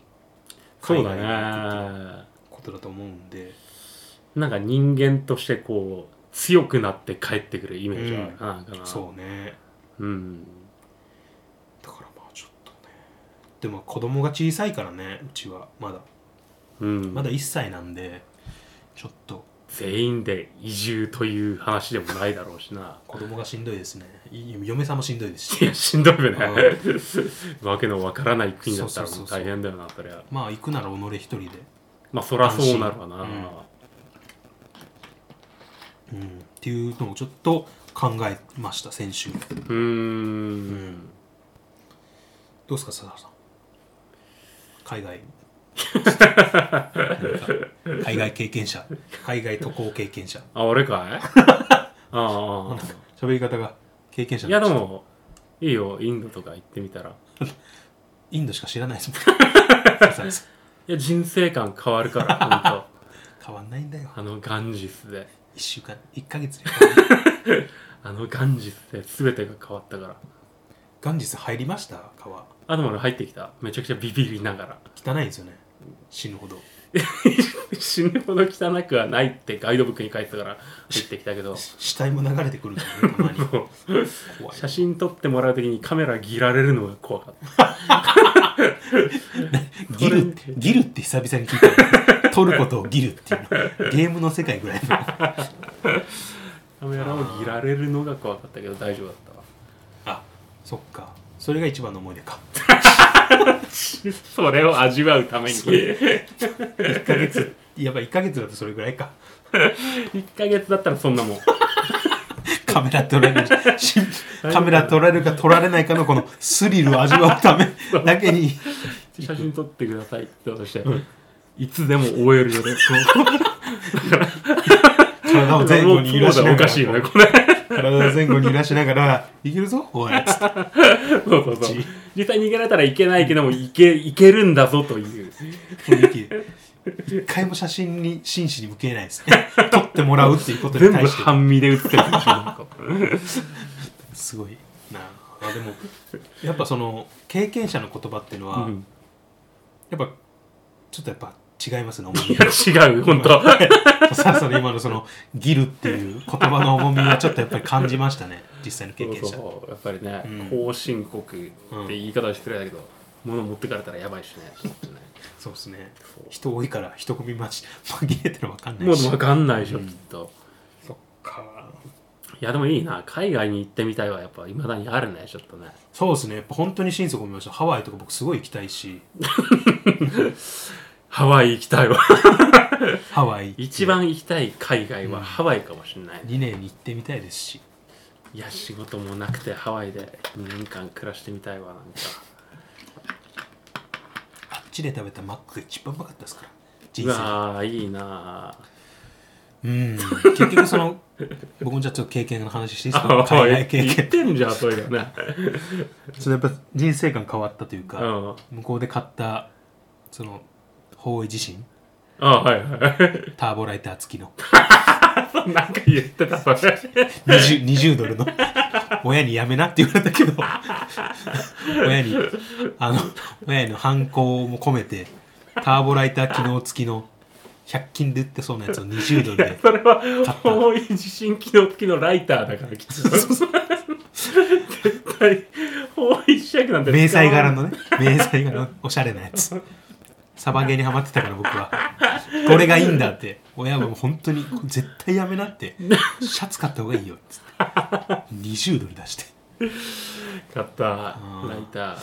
[SPEAKER 2] そうだ
[SPEAKER 1] 海外に行くっていう
[SPEAKER 2] ね。
[SPEAKER 1] ことだと思うんで、
[SPEAKER 2] なんか人間としてこう、強くなって帰ってくるイメージはあるな。なんかな
[SPEAKER 1] そうね
[SPEAKER 2] う。うん。
[SPEAKER 1] だからまあちょっとねでも子供が小さいからねうちはまだ
[SPEAKER 2] うん。
[SPEAKER 1] まだ1歳なんでちょっと
[SPEAKER 2] 全員で移住という話でもないだろうしな。 [laughs]
[SPEAKER 1] 子供がしんどいですねい嫁さんもしんどいです [laughs]
[SPEAKER 2] い
[SPEAKER 1] し
[SPEAKER 2] や、しんどいよね
[SPEAKER 1] う。
[SPEAKER 2] [laughs] わけのわからない国だったら
[SPEAKER 1] そ
[SPEAKER 2] も
[SPEAKER 1] う
[SPEAKER 2] う
[SPEAKER 1] そうそうそう
[SPEAKER 2] 大変だよな、それは。
[SPEAKER 1] まあ行くなら己一人で
[SPEAKER 2] まあ、そらそうなるわな。
[SPEAKER 1] 安心うんっていうのをちょっと考えました先週ど
[SPEAKER 2] うーん。
[SPEAKER 1] うですか佐々木さん海外なん [laughs] か海外経験者海外渡航経験者
[SPEAKER 2] あ、俺かい [laughs] ああ。
[SPEAKER 1] 喋り方が経験者
[SPEAKER 2] い
[SPEAKER 1] にな
[SPEAKER 2] や、
[SPEAKER 1] っち
[SPEAKER 2] で
[SPEAKER 1] ゃった
[SPEAKER 2] も、いいよ、インドとか行ってみたら。
[SPEAKER 1] インドしか知らない [laughs] ですもんそうそう
[SPEAKER 2] いや、人生観変わるから、 [laughs] ほ
[SPEAKER 1] 変
[SPEAKER 2] ん
[SPEAKER 1] わんないんだよ
[SPEAKER 2] と。あのガンジスで。
[SPEAKER 1] 1週間1ヶ [laughs] 月で変わんない
[SPEAKER 2] あのガンジスで全てが変わったから。
[SPEAKER 1] 元日入りました川
[SPEAKER 2] あ、でも俺入ってきた。めちゃくちゃビビりながら。 [laughs]
[SPEAKER 1] 汚いんですよね死ぬほど
[SPEAKER 2] 死ぬほど汚くはないってガイドブックに書いてたから入ってきたけ [laughs] ど。
[SPEAKER 1] 死体も流れてくるんだよねたまに
[SPEAKER 2] そう [laughs]
[SPEAKER 1] 怖い
[SPEAKER 2] 写真撮ってもらうときにカメラ切られるのが怖かった。
[SPEAKER 1] ギルってギルって久々に聞いた撮ることをギルっていうのゲームの世界ぐらいの
[SPEAKER 2] カメラを切られるのが怖かったけど大丈夫だったわ。
[SPEAKER 1] あそっかそれが一番の思い出か
[SPEAKER 2] [laughs] それを味わうために。1
[SPEAKER 1] 1ヶ月やっぱ1ヶ月だとそれぐらいか
[SPEAKER 2] ヶ月だったらそんなもん。
[SPEAKER 1] カメラ撮られるしカメラ撮られるか撮られないかのこのスリルを味わう
[SPEAKER 2] [laughs]
[SPEAKER 1] ためだけに
[SPEAKER 2] 写真撮ってくださいって言ったとして、いつでも
[SPEAKER 1] [laughs]
[SPEAKER 2] OL よね。
[SPEAKER 1] 体を前後に揺らしなが
[SPEAKER 2] もう
[SPEAKER 1] ら
[SPEAKER 2] おかしいよ [laughs] ね、これ。
[SPEAKER 1] 体を前後に揺らしながら「いけるぞおい」つって
[SPEAKER 2] そうそうそう。実際逃げられたらいけないけども、いけ、いけるんだぞという。
[SPEAKER 1] 雰囲気一回も写真に真摯に向けないですね撮ってもらうっていうことに
[SPEAKER 2] 全部
[SPEAKER 1] 対して
[SPEAKER 2] 半身で写ってるでしょなんか
[SPEAKER 1] すごいなあでも [laughs] やっぱその経験者の言葉っていうのは、
[SPEAKER 2] うん
[SPEAKER 1] やっぱちょっとやっぱ違いますね重み
[SPEAKER 2] [laughs] いや違う、本当
[SPEAKER 1] が [laughs] さっさの今のその「ギル」っていう言葉の重みはちょっとやっぱり感じましたね実際の経験者
[SPEAKER 2] そうそうやっぱりね、
[SPEAKER 1] うん
[SPEAKER 2] 後進国って言い方は失礼だけど、物持ってかれたらやばいしねちょっとね
[SPEAKER 1] そうですね
[SPEAKER 2] そう
[SPEAKER 1] 人多いから人混みまち [laughs] 紛れてるの分かんな
[SPEAKER 2] も
[SPEAKER 1] いうし
[SPEAKER 2] 分かんないでしょ、きっと
[SPEAKER 1] そっか
[SPEAKER 2] いやでもいいな海外に行ってみたいはやっぱいまだにあるねちょっとね
[SPEAKER 1] そうですねやっぱ本当に心底思いましたハワイとか僕すごい行きたいし
[SPEAKER 2] ハワイ行きたいわ
[SPEAKER 1] ハワイ
[SPEAKER 2] 一番行きたい海外はハワイかもしれない、
[SPEAKER 1] 2年に行ってみたいですし
[SPEAKER 2] いや仕事もなくてハワイで2年間暮らしてみたいわなんか
[SPEAKER 1] あっちで食べたマックが一番うまかったですから
[SPEAKER 2] う
[SPEAKER 1] 人生
[SPEAKER 2] わーいいな
[SPEAKER 1] うん結局その僕もじゃあちょっと経験の話していいです
[SPEAKER 2] あ
[SPEAKER 1] か
[SPEAKER 2] あ
[SPEAKER 1] 海外
[SPEAKER 2] 言っ
[SPEAKER 1] 経験
[SPEAKER 2] てんじゃんそれがね
[SPEAKER 1] ちょっとやっぱ人生観変わったというか、
[SPEAKER 2] うん
[SPEAKER 1] 向こうで買ったその方位地震
[SPEAKER 2] ああはい [laughs] はい
[SPEAKER 1] ターボライター付きの
[SPEAKER 2] なんか言って
[SPEAKER 1] [laughs]
[SPEAKER 2] たそれ
[SPEAKER 1] 20, 20ドルの親にやめなって言われたけど [laughs] 親にあの親への反抗も込めてターボライター機能付きの100均で売ってそうなやつを20ドルで
[SPEAKER 2] それは重い地震機能付きのライターだからきっと絶対方位磁石なんて
[SPEAKER 1] 迷彩柄のね迷彩柄のおしゃれなやつサバゲーにハマってたから僕はこれがいいんだって親はもう本当に絶対やめなってシャツ買った方がいいよっつって20ドル出して
[SPEAKER 2] 買ったライター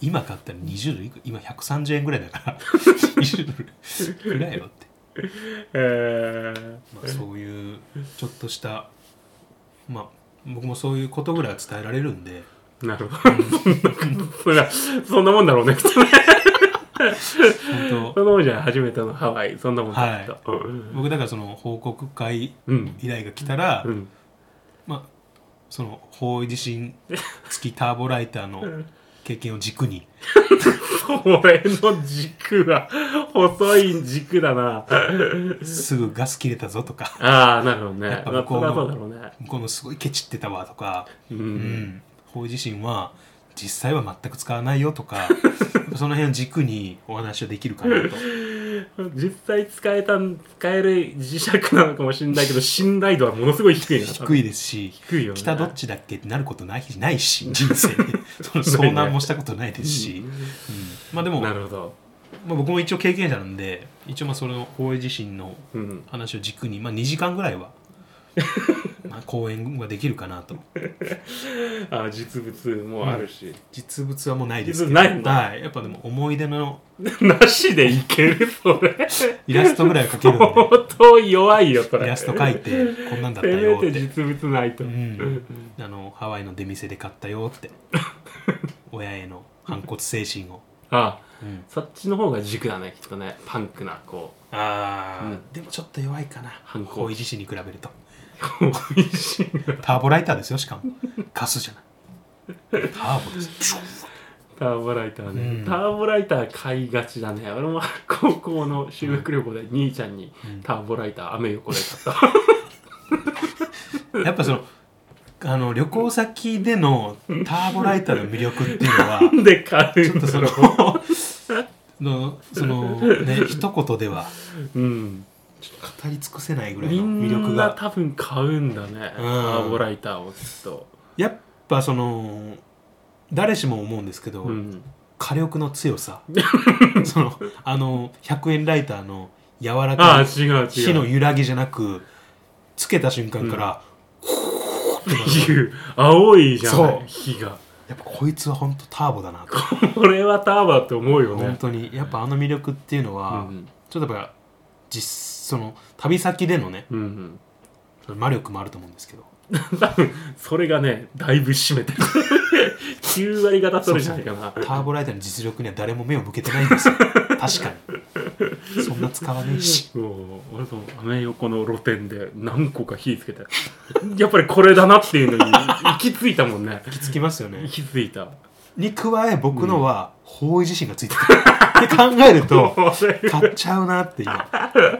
[SPEAKER 1] 今買ったら20ドルいく今130円ぐらいだから20ドルくらいよって、
[SPEAKER 2] えー
[SPEAKER 1] まあ、そういうちょっとしたまあ僕もそういうことぐらいは伝えられるんで
[SPEAKER 2] なるほど。そんな、そんなもんだろうね、きっとね。
[SPEAKER 1] 本
[SPEAKER 2] そんなもんじゃない初めてのハワイ、そんなもん [laughs] だ、
[SPEAKER 1] はい
[SPEAKER 2] きっと。
[SPEAKER 1] 当僕だからその報告会
[SPEAKER 2] うん。
[SPEAKER 1] 依頼が来たら、
[SPEAKER 2] うん。
[SPEAKER 1] まあその方位地震付きターボライターの経験を軸に
[SPEAKER 2] 俺の軸は、細い軸
[SPEAKER 1] [laughs]
[SPEAKER 2] だな。
[SPEAKER 1] すぐガス切れたぞとか
[SPEAKER 2] ああ、なるほどね。
[SPEAKER 1] やっぱ
[SPEAKER 2] まあ
[SPEAKER 1] 向こう
[SPEAKER 2] そり
[SPEAKER 1] の
[SPEAKER 2] ゃそうだろうね。
[SPEAKER 1] 向こうのすごいケチってたわとか、
[SPEAKER 2] う。
[SPEAKER 1] うんん、方位地震は実際は全く使わないよと
[SPEAKER 2] [laughs]
[SPEAKER 1] かその辺を軸にお話をできるかなと。
[SPEAKER 2] 実際使えたん、使える磁石なのかもしれないけど、信頼度はものすごい低いな。
[SPEAKER 1] 低いですし
[SPEAKER 2] 低いよね
[SPEAKER 1] 北どっちだっけってなることないないし人生
[SPEAKER 2] [laughs]
[SPEAKER 1] でその遭難もしたことないですし、うんまあでも、ま
[SPEAKER 2] な
[SPEAKER 1] あ、
[SPEAKER 2] るほど。
[SPEAKER 1] 僕も一応経験者なんで一応まあその法営地震の
[SPEAKER 2] うん。
[SPEAKER 1] 話を軸に、まあ、2時間ぐらい
[SPEAKER 2] [laughs]
[SPEAKER 1] はまあ講演ができるかなと
[SPEAKER 2] ああ、実物もあるし。
[SPEAKER 1] 実物はもうないですけど
[SPEAKER 2] 実物ないんだ
[SPEAKER 1] はい、やっぱでも思い出の
[SPEAKER 2] [laughs] なしでいけるそれ。
[SPEAKER 1] イラストぐらいは描ける
[SPEAKER 2] [laughs]
[SPEAKER 1] んで
[SPEAKER 2] 相当弱いよ、それ。
[SPEAKER 1] イラスト描いてこんなんだった
[SPEAKER 2] せめ
[SPEAKER 1] よってて、
[SPEAKER 2] 実物ないと、
[SPEAKER 1] うん、あのハワイの出店で買ったよ
[SPEAKER 2] [laughs]
[SPEAKER 1] って親への反骨精神を。
[SPEAKER 2] ああ
[SPEAKER 1] うん
[SPEAKER 2] そっちの方が軸だねきっとねパンクなこ
[SPEAKER 1] あー、
[SPEAKER 2] うん
[SPEAKER 1] でもちょっと弱いかな
[SPEAKER 2] 反抗期
[SPEAKER 1] 方位自身に比べると
[SPEAKER 2] う美味しいな
[SPEAKER 1] ターボライターですよしかもガスじゃないターボですピ
[SPEAKER 2] [laughs]
[SPEAKER 1] ュッ
[SPEAKER 2] ターボライターね、
[SPEAKER 1] うん
[SPEAKER 2] ターボライター買いがちだね俺も高校の修学旅行で兄ちゃんに
[SPEAKER 1] うん
[SPEAKER 2] ターボライター雨横で買った、
[SPEAKER 1] やっぱそのあの旅行先でのターボライターの魅力っていうのは
[SPEAKER 2] で買
[SPEAKER 1] ちょっ
[SPEAKER 2] う
[SPEAKER 1] とそ
[SPEAKER 2] の
[SPEAKER 1] ののそのね一言では
[SPEAKER 2] うん
[SPEAKER 1] 語り尽くせないぐらい
[SPEAKER 2] み
[SPEAKER 1] の魅力
[SPEAKER 2] んな
[SPEAKER 1] が
[SPEAKER 2] 多分買うんだね、ターボライターをきっと
[SPEAKER 1] やっぱその誰しも思うんですけど、
[SPEAKER 2] うん
[SPEAKER 1] 火力の強
[SPEAKER 2] [laughs]
[SPEAKER 1] さそのあの100円ライターの柔ら
[SPEAKER 2] ああ
[SPEAKER 1] かい
[SPEAKER 2] 違う違
[SPEAKER 1] 火
[SPEAKER 2] う
[SPEAKER 1] の揺らぎじゃなくつけた瞬間から、
[SPEAKER 2] っていう青いじゃ
[SPEAKER 1] そ
[SPEAKER 2] な
[SPEAKER 1] う
[SPEAKER 2] い火が [laughs]
[SPEAKER 1] やっぱこいつは本当ターボだなと、
[SPEAKER 2] これはターボだって思うよね
[SPEAKER 1] 本当にやっぱあの魅力っていうのは、
[SPEAKER 2] うん
[SPEAKER 1] ちょっとやっぱ実その旅先でのね
[SPEAKER 2] うんうん
[SPEAKER 1] その魔力もあると思うんですけど
[SPEAKER 2] 多分それがねだいぶ占めてる [laughs] 9割方それじゃないかな
[SPEAKER 1] ターボライターの実力には誰も目を向けてないん
[SPEAKER 2] [laughs]
[SPEAKER 1] ですよ確かにそんな使わねえし
[SPEAKER 2] もう俺とアメ横の露店で何個か火つけてやっぱりこれだなっていうのに行き着いたもんね
[SPEAKER 1] 気づきますよね
[SPEAKER 2] 行き着いた
[SPEAKER 1] に加え僕のは方位自身がついてたって考えると
[SPEAKER 2] これ
[SPEAKER 1] 買っちゃうなっていう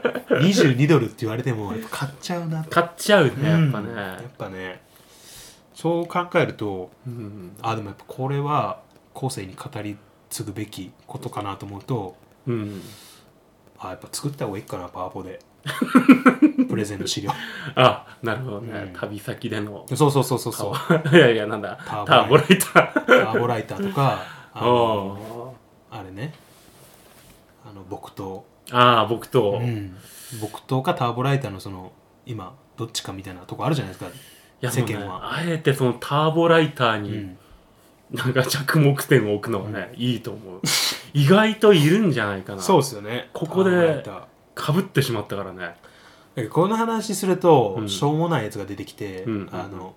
[SPEAKER 1] 22ドルって言われてもやっぱ買っちゃうなって
[SPEAKER 2] 買っちゃうねやっぱ
[SPEAKER 1] うんやっ
[SPEAKER 2] ね、
[SPEAKER 1] ぱねそう考えると
[SPEAKER 2] うん
[SPEAKER 1] あでもやっぱこれは後世に語り継ぐべきことかなと思うと
[SPEAKER 2] うん、
[SPEAKER 1] あやっぱ作った方がいいかなパワポで [laughs] プレゼンの資料
[SPEAKER 2] あなるほどね、
[SPEAKER 1] うん
[SPEAKER 2] 旅先での [laughs]
[SPEAKER 1] そうそうそうそうそう
[SPEAKER 2] ういやいやなんだ
[SPEAKER 1] タ
[SPEAKER 2] タ
[SPEAKER 1] ー
[SPEAKER 2] ー
[SPEAKER 1] ボ
[SPEAKER 2] ボライター
[SPEAKER 1] ターボライターとかあの
[SPEAKER 2] おー
[SPEAKER 1] あれねあの木刀
[SPEAKER 2] ああ僕と、
[SPEAKER 1] うん木刀かターボライターのその今どっちかみたいなとこあるじゃないですか
[SPEAKER 2] いや
[SPEAKER 1] 世間は
[SPEAKER 2] もうねあえてそのターボライター
[SPEAKER 1] う
[SPEAKER 2] に
[SPEAKER 1] ん
[SPEAKER 2] なんか着目点を置くのはね、いいと思う意外といるんじゃないかな
[SPEAKER 1] そうですよね
[SPEAKER 2] ここで
[SPEAKER 1] ターボライター
[SPEAKER 2] かぶってしまったからね
[SPEAKER 1] なんかこの話すると、
[SPEAKER 2] うん
[SPEAKER 1] しょうもないやつが出てきて、
[SPEAKER 2] うん
[SPEAKER 1] あの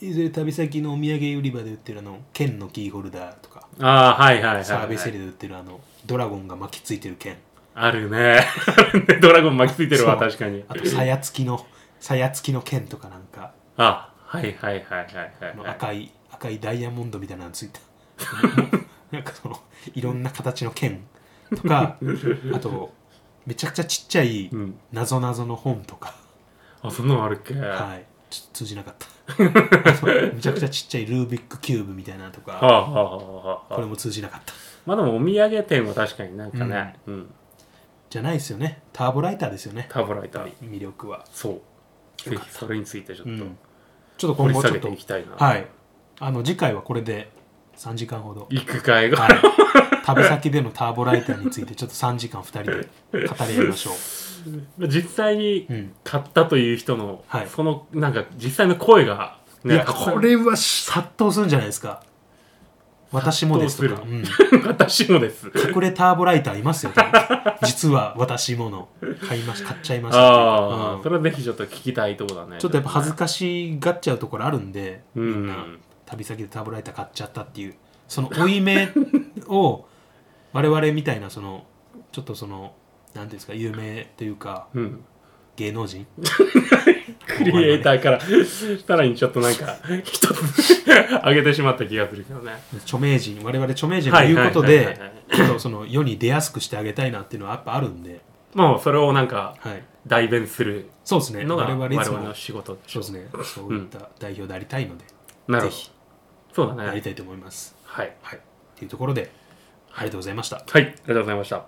[SPEAKER 1] いずれ旅先のお土産売り場で売ってるあの剣のキーホルダーとか
[SPEAKER 2] ああはいはいはい、はい、
[SPEAKER 1] サービスエリアで売ってるあのドラゴンが巻きついてる剣
[SPEAKER 2] [laughs] あるねあるねドラゴン巻きついてるわ
[SPEAKER 1] そう
[SPEAKER 2] 確かに
[SPEAKER 1] あと鞘付きの鞘付きの剣とかなんか
[SPEAKER 2] あはいはいはいはいはい、
[SPEAKER 1] あ
[SPEAKER 2] はい
[SPEAKER 1] の赤い赤いダイヤモンドみたいなのつい
[SPEAKER 2] [laughs]
[SPEAKER 1] たなんかそのいろんな形の剣とか
[SPEAKER 2] [laughs]
[SPEAKER 1] あとめちゃくちゃちっちゃい
[SPEAKER 2] うん、
[SPEAKER 1] なぞなぞの本とか、
[SPEAKER 2] あそんなのあるっけ、は
[SPEAKER 1] はいちょっと通じなかった
[SPEAKER 2] [laughs]
[SPEAKER 1] そうめちゃくちゃちっちゃいルービックキューブみたいなのと
[SPEAKER 2] あ、
[SPEAKER 1] か
[SPEAKER 2] はあはあはあ
[SPEAKER 1] これも通じなかった
[SPEAKER 2] まあでもお土産店は確かになんかね、うん
[SPEAKER 1] じゃないですよねターボライターですよね
[SPEAKER 2] ターボライター、
[SPEAKER 1] 魅力は、
[SPEAKER 2] そうぜひそれについてちょっ
[SPEAKER 1] う
[SPEAKER 2] と
[SPEAKER 1] ん、ちょっと今
[SPEAKER 2] 掘り
[SPEAKER 1] 後ち
[SPEAKER 2] 下
[SPEAKER 1] ょ
[SPEAKER 2] げ
[SPEAKER 1] っと
[SPEAKER 2] ていきたいな、
[SPEAKER 1] はいあの次回はこれで3時間ほど
[SPEAKER 2] 行く会が、 [laughs]
[SPEAKER 1] はい、旅先でのターボライターについてちょっと3時間2人で語り合いましょ
[SPEAKER 2] 実際に
[SPEAKER 1] う、うん、
[SPEAKER 2] 買ったという人の、
[SPEAKER 1] はい
[SPEAKER 2] そのなんか実際の声が、ね、
[SPEAKER 1] いやこ
[SPEAKER 2] [laughs]
[SPEAKER 1] れは殺到するんじゃないですか私もですとか、
[SPEAKER 2] 殺
[SPEAKER 1] うん、
[SPEAKER 2] 私もです
[SPEAKER 1] 隠れターボライターいますよ多分実は私もの買いまし買っちゃいましたっていう
[SPEAKER 2] ああ、
[SPEAKER 1] うん
[SPEAKER 2] それはぜひちょっと聞きたいとこだね
[SPEAKER 1] ちょっとやっぱ恥ずかしがっちゃうところあるんで、
[SPEAKER 2] うん
[SPEAKER 1] みんな旅先でターボライター買っちゃったっていうその負い目を我々みたいなそのちょっとその何ていうんですか有名というか
[SPEAKER 2] うん
[SPEAKER 1] 芸能人
[SPEAKER 2] クリエイターからさらにちょっとなんか一つ [laughs] 上げてしまった気がするけどね
[SPEAKER 1] 著名人我々著名人ということ
[SPEAKER 2] はいはい
[SPEAKER 1] で
[SPEAKER 2] はいはい
[SPEAKER 1] ちょっとその世に出やすくしてあげたいなっていうのはやっぱあるんで、
[SPEAKER 2] もうそれをなんか
[SPEAKER 1] はい、
[SPEAKER 2] 代弁する
[SPEAKER 1] そうですね
[SPEAKER 2] のが
[SPEAKER 1] 我
[SPEAKER 2] 我
[SPEAKER 1] 々いつ
[SPEAKER 2] 々
[SPEAKER 1] も
[SPEAKER 2] の仕事でし
[SPEAKER 1] そう
[SPEAKER 2] ょ
[SPEAKER 1] ですねそういった代表でありたいので、
[SPEAKER 2] なる
[SPEAKER 1] ぜ
[SPEAKER 2] ほ
[SPEAKER 1] ひ
[SPEAKER 2] どそうだ
[SPEAKER 1] やり
[SPEAKER 2] ね
[SPEAKER 1] たいと思います
[SPEAKER 2] はい
[SPEAKER 1] はいっていうところでありがとうございました
[SPEAKER 2] はいありがとうございました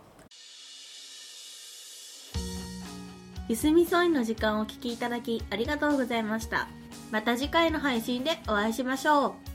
[SPEAKER 3] ゆすみそいの時間をお聞きいただきありがとうございましたまた次回の配信でお会いしましょう